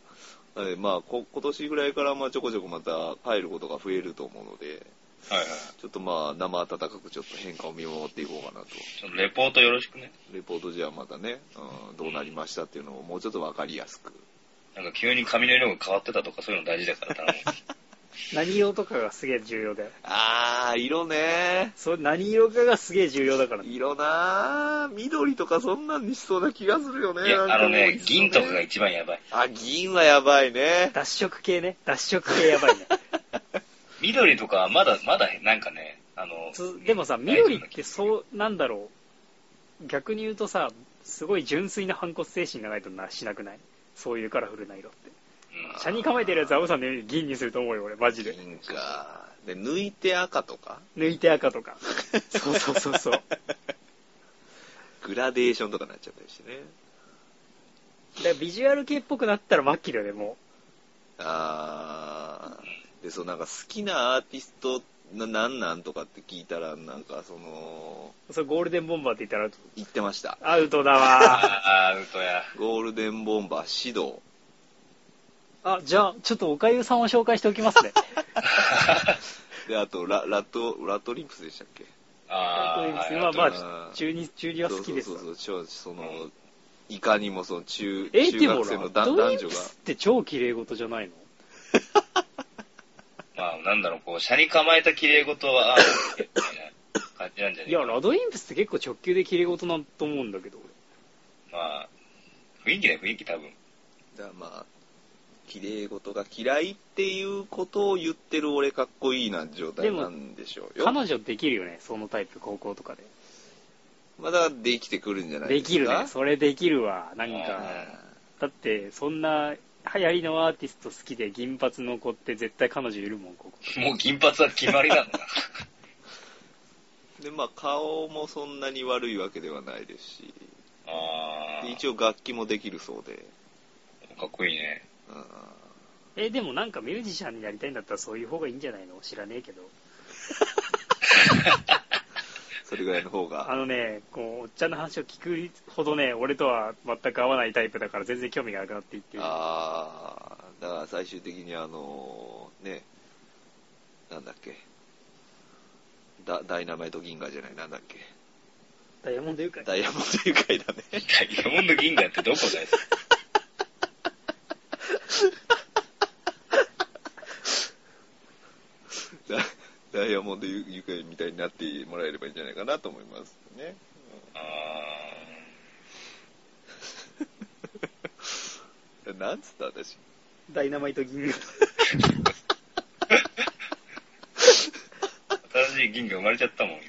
A: なのでまあ、こ今年ぐらいからまあちょこちょこまた帰ることが増えると思うので、
B: はいはい。
A: ちょっとまあ生温かくちょっと変化を見守っていこうかなと。
B: ちょっとレポートよろしくね。
A: レポートじゃあまたね、うん、どうなりましたっていうのをもうちょっとわかりやすく。
B: [LAUGHS] なんか急に髪の色が変わってたとかそういうの大事だから頼む。
C: 何色とかがすげえ重要だよ。
A: あー、色ね
C: それ何色かがすげえ重要だからね。
A: 色なー。緑とかそんなんにしそうな気がするよね。
B: いや、あの
A: なんかもう
B: ね
A: 一、度
B: 銀とかが一番やばい。
A: あ、銀はやばいね。
C: 脱色系ね。脱色系やばい [LAUGHS] ね。
B: 緑とかはまだ、まだなんかね、あの、
C: つでもさ、緑ってそう、なんだろう。逆に言うとさ、すごい純粋な反骨精神がないとなしなくないそういうカラフルな色って。
B: うん
C: 車に構えてるやつ、アブさんのように銀にすると思うよ、俺、マジで。
A: 銀か。で、抜いて赤とか、
C: 抜いて赤とか。そうそうそう [LAUGHS] そう。
A: グラデーションとかになっちゃったりしてね。
C: だからビジュアル系っぽくなったら末期だよね、も
A: あー。で、そう、なんか好きなアーティストな、なんなんとかって聞いたら、なんかその、
C: う。それゴールデンボンバーって言ったら
A: 言ってました。
C: アウトだ [LAUGHS] わ。
B: あー、アウトや。
A: ゴールデンボンバー指導。
C: あ、じゃあ、ちょっとおかゆさんを紹介しておきますね。
A: で、あと、ラ、ラト、ラトリンプスでしたっけ
B: あー、はい
C: まあま
B: アウトだ
C: あ、中二、中二は好きです
A: そう
C: わ
A: そうそうそう、ちょその、いかにもその中、
C: え、
A: 中
C: でも
A: 学生
C: な、
A: の
C: ド
A: 男
C: リ
A: 男女
C: ンプ
A: が。
C: スって超綺麗事じゃないの
B: まあ、なんだろう、こう、車に構えた綺麗事は、あー、みたいな感じなんじゃないいか
C: や、ラドインプスって結構直球で綺麗事なんと思うんだけど、
B: まあ、雰囲気だよ、雰囲気多分。 [LAUGHS]
A: だからまあ、綺麗事が嫌いっていうことを言ってる俺かっこいいな状態なんでしょうよ。
C: 彼女できるよね、そのタイプ、高校とかで。
A: まあだからできてくるんじゃない
C: で
A: ですか。
C: きるね、それできるわ、なんか。だって、そんな、流行りのアーティスト好きで銀髪の子って絶対彼女いるもん、ここ。
B: もう銀髪は決まりなの
A: [LAUGHS]
B: な。
A: うんで、まあ顔もそんなに悪いわけではないですし、
B: あ
A: で
B: ー、
A: 一応楽器もできるそうで、
B: かっこいいね。
A: うん
C: え、でもなんかミュージシャンになりたいんだったらそういう方がいいんじゃないの知らねえけど。
A: それぐらいの方
C: あ
A: が。
C: のね、こう、おっちゃんの話を聞くほどね、俺とは全く合わないタイプだから全然興味がなくなっていってる。
A: ああ、だから最終的にあのね、なんだっけ、ダダイナマイト銀河じゃない、なんだっけ、
C: ダイヤモンドユカイ
A: ダイヤモンド愉快だね。
B: ダイヤモンド銀河ってどこだよ。
A: [LAUGHS] ダ [LAUGHS] ダイヤモンドゆ愉快みたいになってもらえればいいんじゃないかなと思いますね。
B: あ
A: なんつった私。
C: ダイナマイト銀河。
B: ー、新しい銀河生まれちゃったもん、今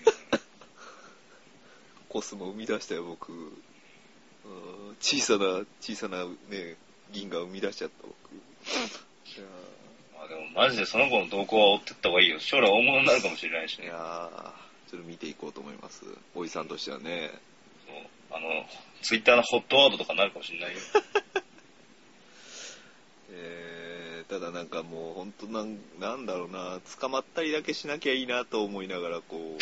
A: コスモ生み出したよ、僕。うん小さな、小さなね、銀河生み出しちゃった、僕。いや
B: まあでもマジでその子の動向は追ってった方がいいよ。将来大物になるかもしれないし
A: ーい
B: ね。
A: やーそれ見ていこうと思います。おじさんとしてはね。
B: そうあの、ツイッターのホットワードとかになるかもしれないよ。
A: えーただなんかもう本当なんなんだろうな捕まったりだけしなきゃいいなと思いながらこ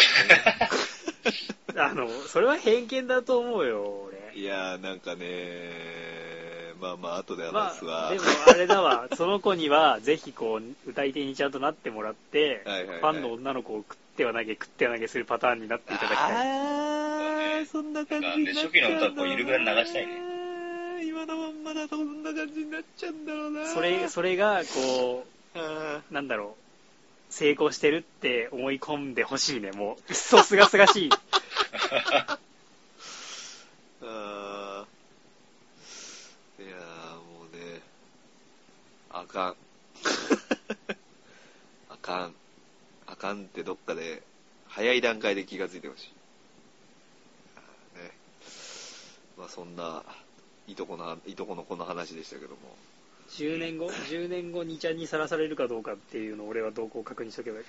A: う、
C: [LAUGHS] あの、それは偏見だと思うよ、俺。 [LAUGHS]
A: いやーなんかねまあまあ後で
C: ま
A: 話すわ、
C: あ、でもあれだわ、その子にはぜひこう、歌い手にちゃんとなってもらって、
A: はいはいはい
C: ファンの女の子を食っては投げ、食っては投げするパターンになっていただきたい。
A: あ
B: ね
A: ーそんな感じ
B: なん
A: になっ
B: かね
A: ちゃ
B: 初期の歌
A: うんだろうな
B: こういるぐらい流したい
A: 今のまんまだとそんな感じになっちゃうんだろうな
C: それ、それが、こ
A: あ
C: う、なんだろう、成功してるって思い込んでほしいね、もう。一層すがすがしい。
A: ーあーいやーもうねあかん [LAUGHS] あかんあかんってどっかで早い段階で気がついてほしいあーねまあそんないとこのいとこの子の話でしたけども
C: 10年後、10年後にちゃんにさらされるかどうかっていうのを俺は動向を確認しとけばいい。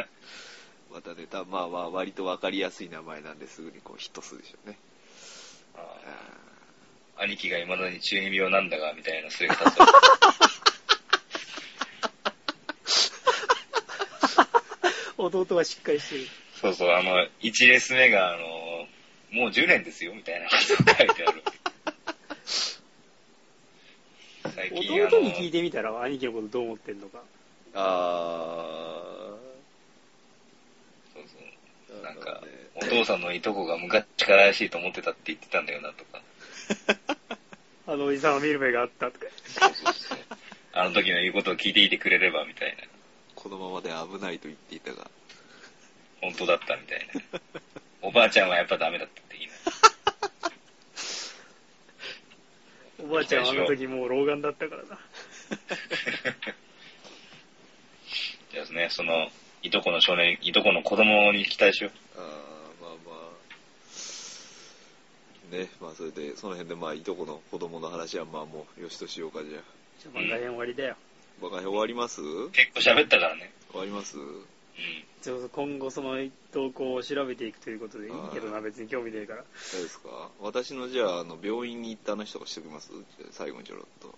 C: [LAUGHS]
A: またね、たまあまあ、割と分かりやすい名前なんですぐにこうヒットするでしょうね。
B: あ
A: あ
B: ー兄貴が未だに中二病なんだが、みたいなすれが立った。
C: 弟はしっかりしてる。
B: そうそう、あの、1レース目が、あの、もう10年ですよ、みたいなこと書いてあ
C: [LAUGHS]
B: る。最近、あ
C: 弟に聞い
B: の、
C: てみたら、兄貴のことどう思ってんのか。
A: あ
B: そうそ
A: ー
B: うなんか
A: ね、
B: お父さんのいとこが昔から怪しいと思ってたって言ってたんだよな、とか。
C: あのおじさんを見る目があったとか。 [LAUGHS]
B: そうそうそう。あの時の言うことを聞いていてくれればみたいな。
A: このままで危ないと言っていたが、
B: 本当だったみたいな。おばあちゃんはやっぱダメだった的な。
C: おばあちゃんはあの時もう老眼だったからな。
B: [LAUGHS] じゃあね、その、いとこの少年、いとこの子供に期待しよ
A: あーまあまあ、ね、まあそれで、その辺でまあ、いとこの子供の話はまあもう、よしとしようかじゃあ。
C: じゃあ番外編終わりだよ。
A: バカ編終わります
B: う。結構喋ったからね。
A: 終わります
B: うん。
C: ちょっと今後その投稿を調べていくということでいいけど
A: は
C: な、別に興味ねえから。
A: 大丈夫ですか私のじゃあ、あの、病院に行った話とかしておきます最後にちょろっと。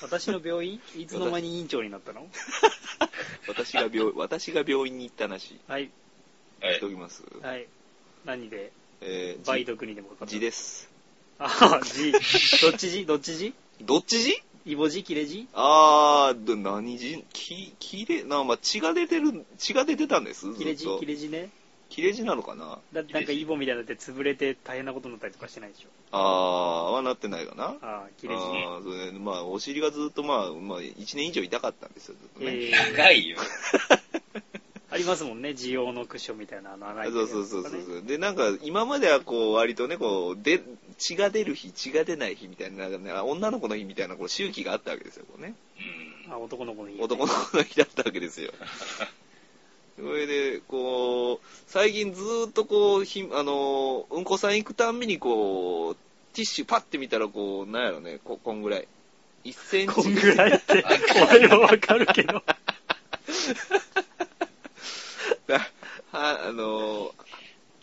C: 私の病院いつの間に院長になったの
A: 私が [LAUGHS] 病、私が病院に行った話、
C: はい、
B: はい
A: し。ておきます
C: はい。何で
A: えー、
C: 梅
A: 字
C: 毒にでもかかった
A: 字です。
C: ああ、字。どっち字どっち字
A: どっち字
C: イボ字切れ字
A: あー、ど何字き、きれ、な、まあ、血が出てる、血が出てたんですずっと。
C: 切れ字切れ字ね。
A: 切れ字なのかな
C: だってなんかイボみたいになって潰れて大変なことになったりとかしてないでしょ。
A: あー、はなってないかな
C: ああ、切れ字。
A: あーそれでまあ、お尻がずっとまあ、まあ、1年以上痛かったんですよ、ずっとね。
C: えー
B: 長いよ。
C: ありますもんね、需要のクッションみたいなの穴開いてる
A: そう
C: やつ
A: そう
C: と
A: そうそ
C: かね
A: うそう、でなんか今まではこう割とねこうで血が出る日血が出ない日みたいななんかね女の子の日みたいなこう周期があったわけですよこうね
B: うん。
C: あ男の子の家ね
A: 男の子の日だったわけですよそれでこう最近ずーっとこうひあのうんこさん行くたんびにこうティッシュパッて見たらこうなんやろねここんぐらい1センチ
C: こんぐらいって、俺はわかるけど。
A: は [LAUGHS] あの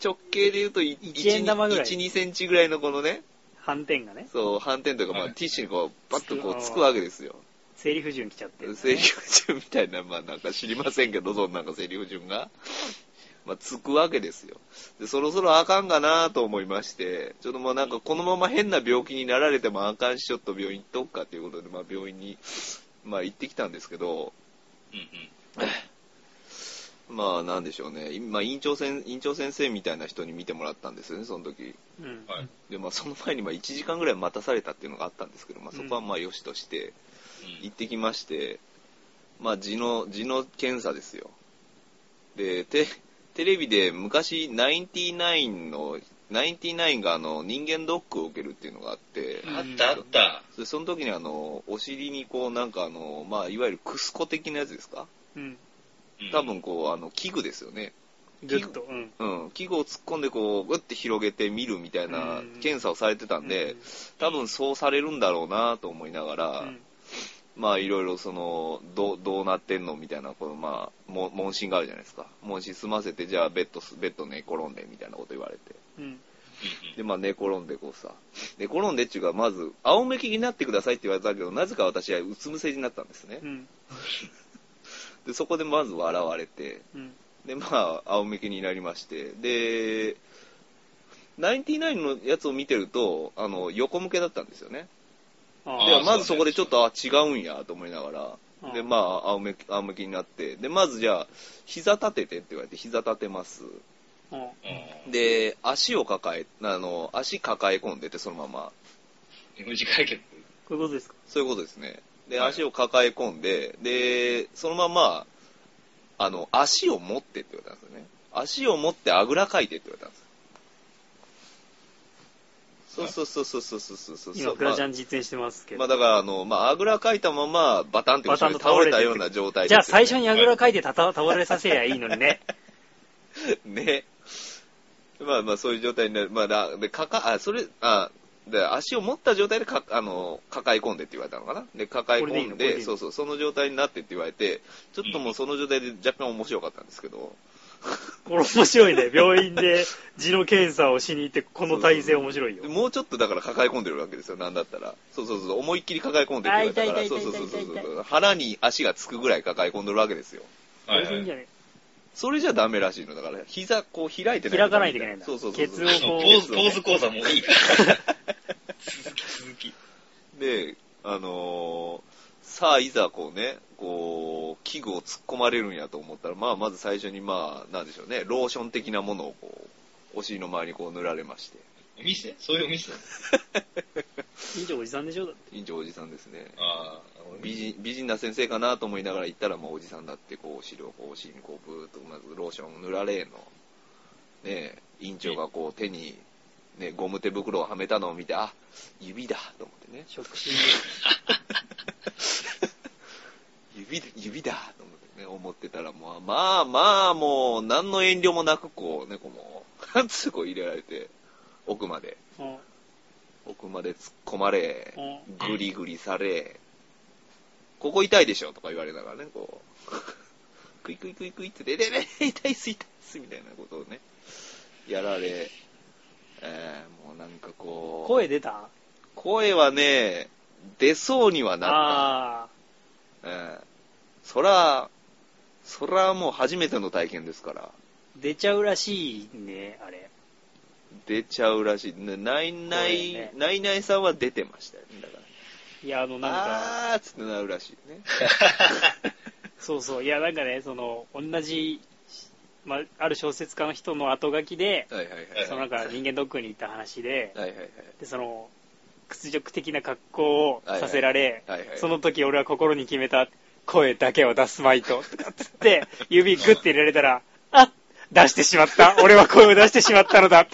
A: 直径で言うと1
C: 一円玉ぐらい
A: 2センチぐらいのこのね
C: 斑点がね、
A: そう、反転というか、まあ、
B: はい
A: ティッシュにこう、バッとこ
C: つくあー
A: う、つくわけですよ。
C: 生理不順来ちゃってる、
A: 生理不順みたいな、まあ、なんか知りませんけど、そんなんか生理不順が。まあ、つくわけですよ。で、そろそろあかんかなと思いまして、ちょっともうなんか、このまま変な病気になられてもあかんし、ちょっと病院行っとくかということで、まあ、病院に、まあ、行ってきたんですけど、
B: うんうん。
A: まあ、なんでしょうね。今、院長先、院長先生みたいな人に見てもらったんですよね、その時。
C: うん。
B: はい。
A: で、まあ、その前に、まあ、1時間ぐらい待たされたっていうのがあったんですけど、まあ、そこはまあ、よしとして、
B: うん
A: 行ってきまして、まあ、字の、字の検査ですよ。で、テ、テレビで昔、99の、99があの、人間ドックを受けるっていうのがあって、
C: うん
B: あったあった。
A: でその時にあの、お尻にこう、なんかあの、まあ、いわゆるクスコ的なやつですか
C: うん。
B: うん
A: 多。分こう、あの、器具ですよね。
C: ぐっと、うん。
A: うん。器具を突っ込んでこう、ぐって広げて見るみたいな
C: うん
A: 検査をされてたんで、多分そうされるんだろうなと思いながら、
C: うん、
A: まあいろいろそのどうどうなってんのみたいなこのまあも問診があるじゃないですか問診済ませてじゃあベッドすベッド寝転んでみたいなこと言われて
C: うん。
A: でまあ寝転んでこうさ寝転んでっていうかまず仰向けになってくださいって言われたけどなぜか私はうつ伏せになったんですね
C: うん。
A: でそこでまず笑われて
C: うん。
A: でまあ仰向けになりましてで99のやつを見てるとあの横向けだったんですよね
B: あー
A: で
C: あ
B: あ
A: まずそこでちょっとあ違うんやと思いながら
C: うん
A: でまあ仰向け仰向けになってでまずじゃあ膝立ててって言われて膝立てます
C: あ、うん
B: うん。
A: で足を抱えあの足抱え込んでてそのまま
B: うん。無事解決。
C: こういうことですか。
A: そういうことですねで
B: はい
A: 足を抱え込んででそのままあの足を持ってって言われたんですよね足を持ってあぐらかいてって言われたんですよそうそうそうそうそうそうそう
C: 今、グラジャン実演してますけど。
A: まあだから、あの、まあ、あぐらかいたまま、バタンって後ろに倒れたような状態
C: じゃあ最初
A: に。
C: にあぐらかいてたた倒れさせりゃいいのにね。
A: ね。まあまあ、そういう状態になる。まあ、だで、かか、あ、それ、あ、で、足を持った状態でか、あの、抱え込んでって言われたのかな。で、抱え
C: これでいい
A: 込ん
C: の
A: で、
C: これでいいの
A: そうそう、その状態になってって言われて、ちょっともうその状態で若干面白かったんですけど、
C: これ面白いね。病院で痔の検査をしに行って、この体勢面白いよ。
A: もうちょっとだから抱え込んでるわけですよ、なんだったら。そうそうそう、思いっきり抱え込んでって言われたか
C: あ
A: ら、
C: 痛
A: そ
C: いう痛
A: そ
C: いう痛
A: そ
C: いう痛い痛い
A: そう、腹に足がつくぐらい抱え込んでるわけですよ。
C: これ
B: は
C: でいいん
B: い
C: じ
B: はい。
C: ゃね
A: それじゃダメらしいの。だから、膝こう開いてない
C: 開かないといけないんだ
A: そうそうそう。
C: ケツを
B: ポ
C: こう
B: ーズ、ポーズ講座もういいから。続き、続き。
A: で、あのーさあ、いざこうね、こう、器具を突っ込まれるんやと思ったら、まあ、まず最初に、まあ、なんでしょうね、ローション的なものをこう、お尻の周りにこう塗られまして、
B: お店そういうお店
C: 院長おじさんでしょだって。
A: 院長おじさんですね。
B: ああ、なるほ
A: 美人美人な先生かなと思いながら行ったら、もうおじさんだって、こう、資料、こう、芯にこう、ブーっと、まずローション塗られんの。ねえ、院長がこう、手に、ね、ゴム手袋をはめたのを見て、あ、指だと思ってね。
C: 触診
A: [LAUGHS] 指だ、指だと思ってね、思ってたら、もう、まあまあ、もう、何の遠慮もなく、こう、猫も、なんつう [LAUGHS] こう入れられて、奥まで、
C: うん
A: 奥まで突っ込まれ、
C: う
A: ぐりぐりされ、ここ痛いでしょとか言われながらね、こう、 [LAUGHS] クイクイクイクイって、ででで、痛いっす、痛いっす、みたいなことをね、やられ、えー、もうなんかこう、
C: 声出た
A: 声はね、出そうにはなっ
C: あ
A: た。えーそら、そらもう初めての体験ですから、
C: ー出ちゃうらしいねあれ
A: 出ちゃうらしい。ねないな
C: 声
A: い
C: ね、
A: ないないさんは出てましたよね、だから。
C: いやあのなんか
A: あーっつってなるらしい
C: [LAUGHS]
A: ね。
C: そうそういやなんかねその同じ、まあ、ある小説家の人の後書きで
A: はいはいはい。
C: そのなんか人間ドックに行った話で
A: はいはいはい。
C: でその屈辱的な格好をさせられ、
A: はいはい。
C: その時俺は心に決めた声だけを出すまいと、とかっつって、指グッて入れられたら、あ出してしまった俺は声を出してしまった
A: [LAUGHS]
C: のだ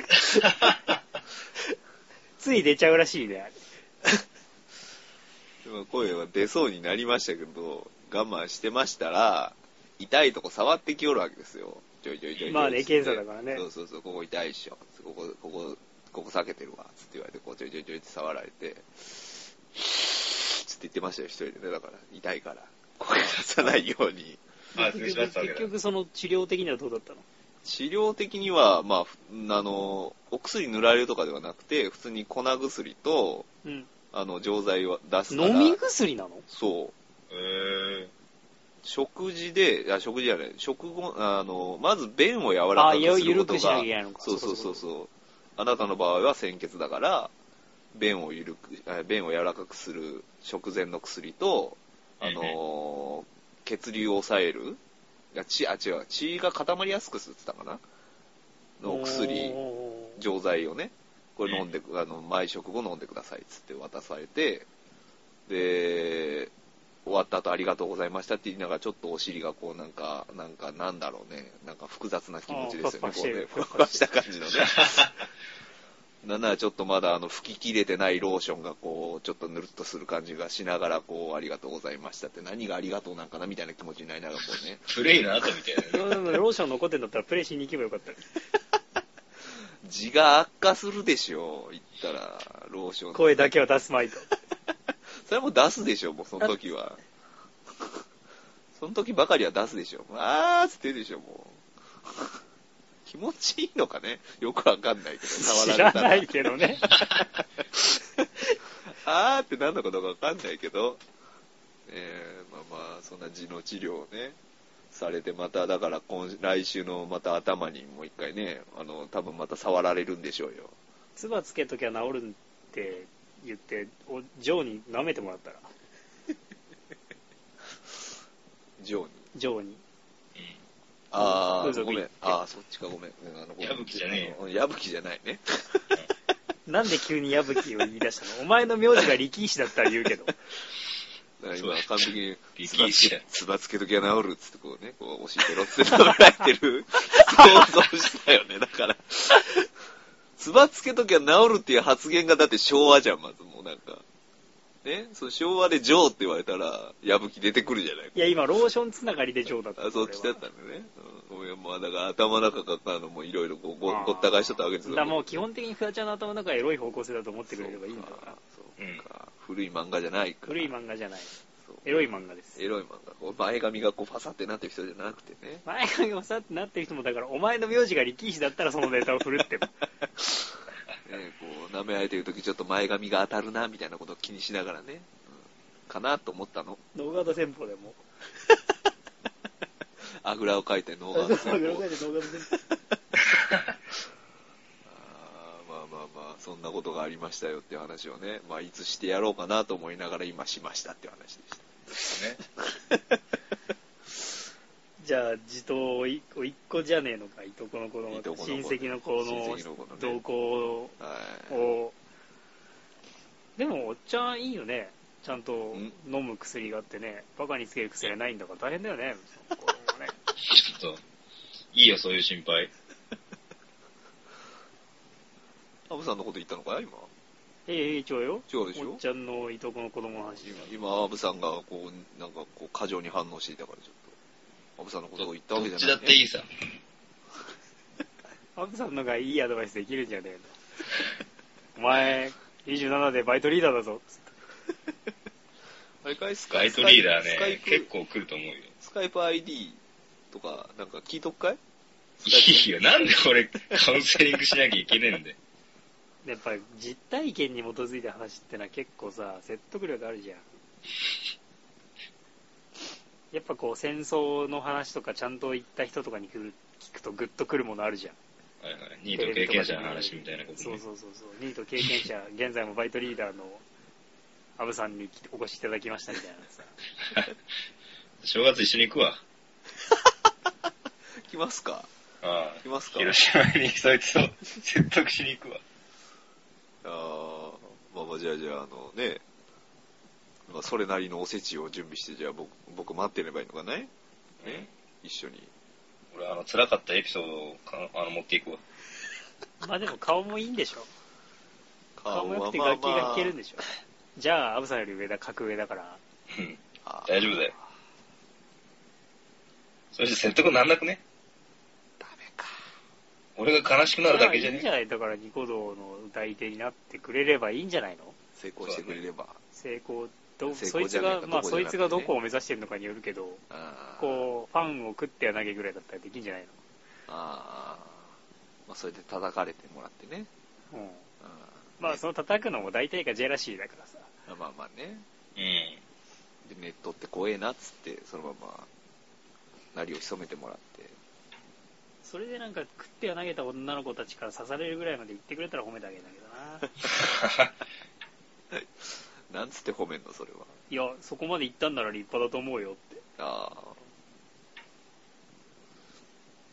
C: つい出ちゃうらしいね。
A: まあ声は出そうになりましたけど、我慢してましたら、痛いとこ触ってきよるわけですよ。ちょいちょいちょいちょい
C: まあね
A: つって
C: 検査だからね
A: そうそうそう、ここ痛いっしょ。ここ、ここ、ここ避けてるわ。つって言われて、こうちょいちょいちょいって触られて、つって言ってましたよ、一人でね。だから、痛いから。声出さないように。
B: まあ、失礼
C: 結
B: しまし
C: 局、
B: たわけ
C: 結
B: だ。
C: 局その治療的にはどうだったの
A: 治療的には、まあ、ふあの、お薬塗られるとかではなくて、普通に粉薬と、
C: うん。
A: あの、錠剤は出すから。
C: 飲み薬なの
A: そう。
B: え
A: 食事で、あ食事じゃない、食後、あの、まず便を柔らか
C: あ
A: く
C: ゆ
A: する
C: 緩
A: こと
C: くしなきゃ
A: が
C: いけないの、か
A: そうそうそう
C: そ
A: そう、あなたの場合は鮮血だから、便を緩く、あ便を柔らかくする食前の薬と、あのー、血流を抑える、いや血、あ、違う、血が固まりやすくするって言ったかな、の薬、
C: おー
A: 錠剤をね、これ飲んでく、あの、毎食後飲んでくださいっつって渡されて、で、終わった後ありがとうございましたって言いながら、ちょっとお尻がこうなんか、なんかなんだろうね、なんか複雑な気持ちですよ
C: あ
A: ね、こ
C: ー
A: うね、ふわ
C: ふわ
A: ふ
C: ふ
A: わ
C: わ
A: し
C: した
A: 感じのね。なんならちょっとまだあの吹き切れてないローションがこう、ちょっとぬるっとする感じがしながら、こう、ありがとうございましたって、何がありがとうなんかなみたいな気持ちになりながらこうね、
B: ー、プレイの後みたいなね。
C: でもでもローション残ってんだったらプレイしに行けばよ
A: [LAUGHS]
C: かった。
A: 字が悪化するでしょ、言ったら、ローション。
C: 声だけは出すまいと。
A: それも出すでしょ、もうその時は。その時ばかりは出すでしょ。あーっつって言うでしょ、もう。気持ちいいのかねよくわかんないけど、触ら
C: 知ら
A: れたら。
C: ないけ
A: [LAUGHS]
C: どね。
A: あーってなんのかどうかわかんないけど、えー、まあまあ、そんな痔の治療をね、されて、また、だから今、来週のまた頭にもう一回ね、あの、多分また触られるんでしょうよ。
C: 唾つけときゃ治るんって言って、おジョーに舐めてもらったら、
A: ジョーに。
C: ジョーに。
A: あ
C: ど
A: ー、
C: うぞ
A: ごめ
C: どうんぞ。
A: あー、そっちかごめん。あのごめん
B: 矢吹じゃねえ
A: うん矢吹じゃないね。
C: なんで急に矢吹を言い出したのお前の名字が力石だったら言うけど。
A: だから今、完璧に、
B: 力
A: つばつ
B: 士
A: け、つばつけときゃ治るっつってこうね、こう、おしいペロって食られてる、想像したよね、だから。つばつけときゃ治るっていう発言がだって昭和じゃん、まずもうなんか。ねその昭和でジョーって言われたら、矢吹出てくるじゃない
C: いや、今、ローションつながりでジョーだった。
A: あそっちだったんだね。うん、俺はもう、だから頭の中からあの、もういろいろごごごった返しとったわけです
C: よ。だからもう基本的にフワちゃんの頭の中はエロい方向性だと思ってくれればいいんだから。
A: そうか。古い漫画じゃないから。
C: 古い漫画じゃない。
A: そう
C: エロい漫画です。
A: エロい漫画。こう前髪がこうファサってなってる人じゃなくて
C: [LAUGHS]
A: ね。
C: 前髪がさってなってる人も、だから、お前の名字が力石だったらそのネタを振るっ
A: [LAUGHS]
C: ても。
A: ねこう、舐められてる時ちょっと前髪が当たるな、みたいなことを気にしながらね。うんかなと思ったの。
C: ノーガード戦法でも。
A: あぐらをかいてノーガ
C: ノー
A: ー
C: ガ
A: ド
C: [LAUGHS] ード
A: 戦
C: 戦
A: 法。
C: 法
A: あーまあまあまあ、そんなことがありましたよっていう話をね、まあいつしてやろうかなと思いながら今しましたっていう話でし
B: ね。
C: じゃあ、地頭一個一個じゃねえのか、いとこの子の
A: いとこの子
C: 親戚の子
A: 親
C: の
A: 戚の子のね
C: 同行を
A: た。はい。
C: おでもおっちゃんいいよねちゃんと
A: ん
C: 飲む薬があってね、バカにつける薬はないんだから大変だ
A: [LAUGHS]
C: よね。
B: ちょっと、いいよ、そういう心配。
A: アブさんのこと言ったのかい今。
C: ええ、ええ、一応よ。
A: 違うでし
C: おっ
A: ょ
C: ちゃんのいとこの子供の話。
A: 今、今アブさんが、こう、なんか、こう、過剰に反応していたから、ちょっと。アブさんのことを
B: ど
A: 言ったわけじ
B: ど
A: ゃ
B: っ
A: ない、ね。
B: ちだっていいさ。
C: アブさんのがいいアドバイスできるんじゃねえの。お前、27でバイトリーダーだぞ。
A: あれかいスカ
B: ガ
A: イ
B: イトリーダー
A: スカイ
B: ね、
A: プ
B: 結構来ると思うよ。
A: スカイプ ID とか、なんか聞いとくかい
B: いいよ、なんでこれ、カウンセリングしなきゃいけねえんで。
C: やっぱり実体験に基づいた話ってのは結構さ、説得力あ
B: [LAUGHS]
C: るじゃん。やっぱこう戦争の話とかちゃんと言った人とかに来る聞くとグッとくるものあるじゃん。
B: はいはい。ニート経験者の話みたいなこと
C: そ
B: ね
C: う。そうそうそう。ニート経験者、現在もバイトリーダーのアブさんに来てお越しいただきましたみたいな
B: [LAUGHS]
C: さ。
B: 正月一緒に行くわ。
A: 来ますか
B: あ
A: 来ます
B: あ。
A: か
B: 広島にそいつを説得しに行くわ。
A: あーまあまあ、じゃあじゃあ、あのね、まあ、それなりのおせちを準備して、じゃあ僕、僕待ってればいいのかねね一緒に。
B: 俺、あの、辛かったエピソードをかあの持っていくわ。
C: まあでも顔もいいんでしょ。顔も良くて
A: まあ
C: 楽器が弾けるんでしょ。じゃあ、アブさんより上だ、格上だから。
B: うん。
A: まあ
B: 大丈夫だよ。そして説得なんなくね
A: ダメか。
B: 俺が悲しくなるだけじゃ
C: いい
B: ね
C: んじゃないだから、ニコ動の代理店になってくれればいいんじゃないの
A: 成功してくれれば。
C: 成功、どう
A: 成
C: そい
A: 功じ
C: つ
A: ゃない
C: が
A: か、
C: まあ
A: どこじゃなくてね
C: そいつがどこを目指してるのかによるけど、
A: あー
C: こう、ファンを食っては投げぐらいだったらできんじゃない
A: あーまあ、それで叩かれてもらってね。
C: のうん。
A: うん
C: まあその叩くのも大体がジェラシーだからさ。
A: まあまあね。
B: うん。
A: で、ネットって怖えなっつって、そのまま、なりを潜めてもらって。
C: それでなんか食っては投げた女の子たちから刺されるぐらいまで言ってくれたら褒めてあげるんだ
A: [LAUGHS]
C: けどな。
A: なんつって褒めんの、それは。
C: いや、そこまで行ったんなら立派だと思うよって。
A: ああ。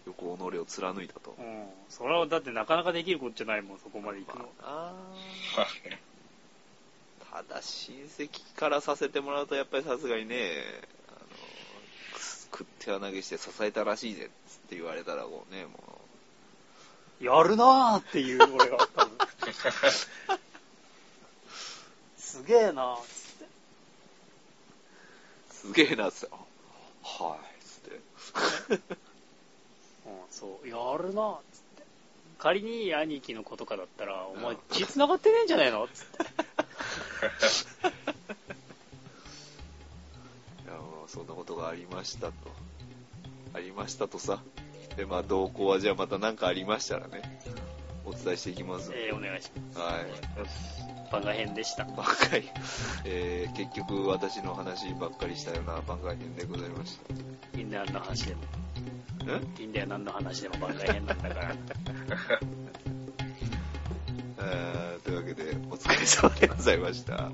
A: よく己を貫いたと
C: う。ん。それはだってなかなかできることじゃないもん、そこまで行く
A: ま
C: の。
A: あ、あ
B: まあね
A: あただ親戚からさせてもらうと、やっぱりさすがにね、あの、くす食っては投げして支えたらしいぜっつって言われたら、こうね、もう、
C: やるなーっていう俺が
A: [LAUGHS]
C: 多分。すげえなーっつって。
A: すげえなっつって、あはい、つって。
C: うん、そう、やるなっつって。仮に兄貴の子とかだったら、お前血繋がってねえんじゃねえのっつって。
A: いやもうそんなことがありましたと。ありましたとさ。で、まあ、動向はじゃあまた何かありましたらね、お伝えしていきます。
C: えーお願いしま
A: はい。
C: す。番外編でした。
A: 番外、えー、結局私の話ばっかりしたような番外編でございまし
C: みんな何の話でも。
A: た。ん
C: いいんだよ、何の話でも番外編なんだから。
A: えーというわけで、お疲れ様でございました。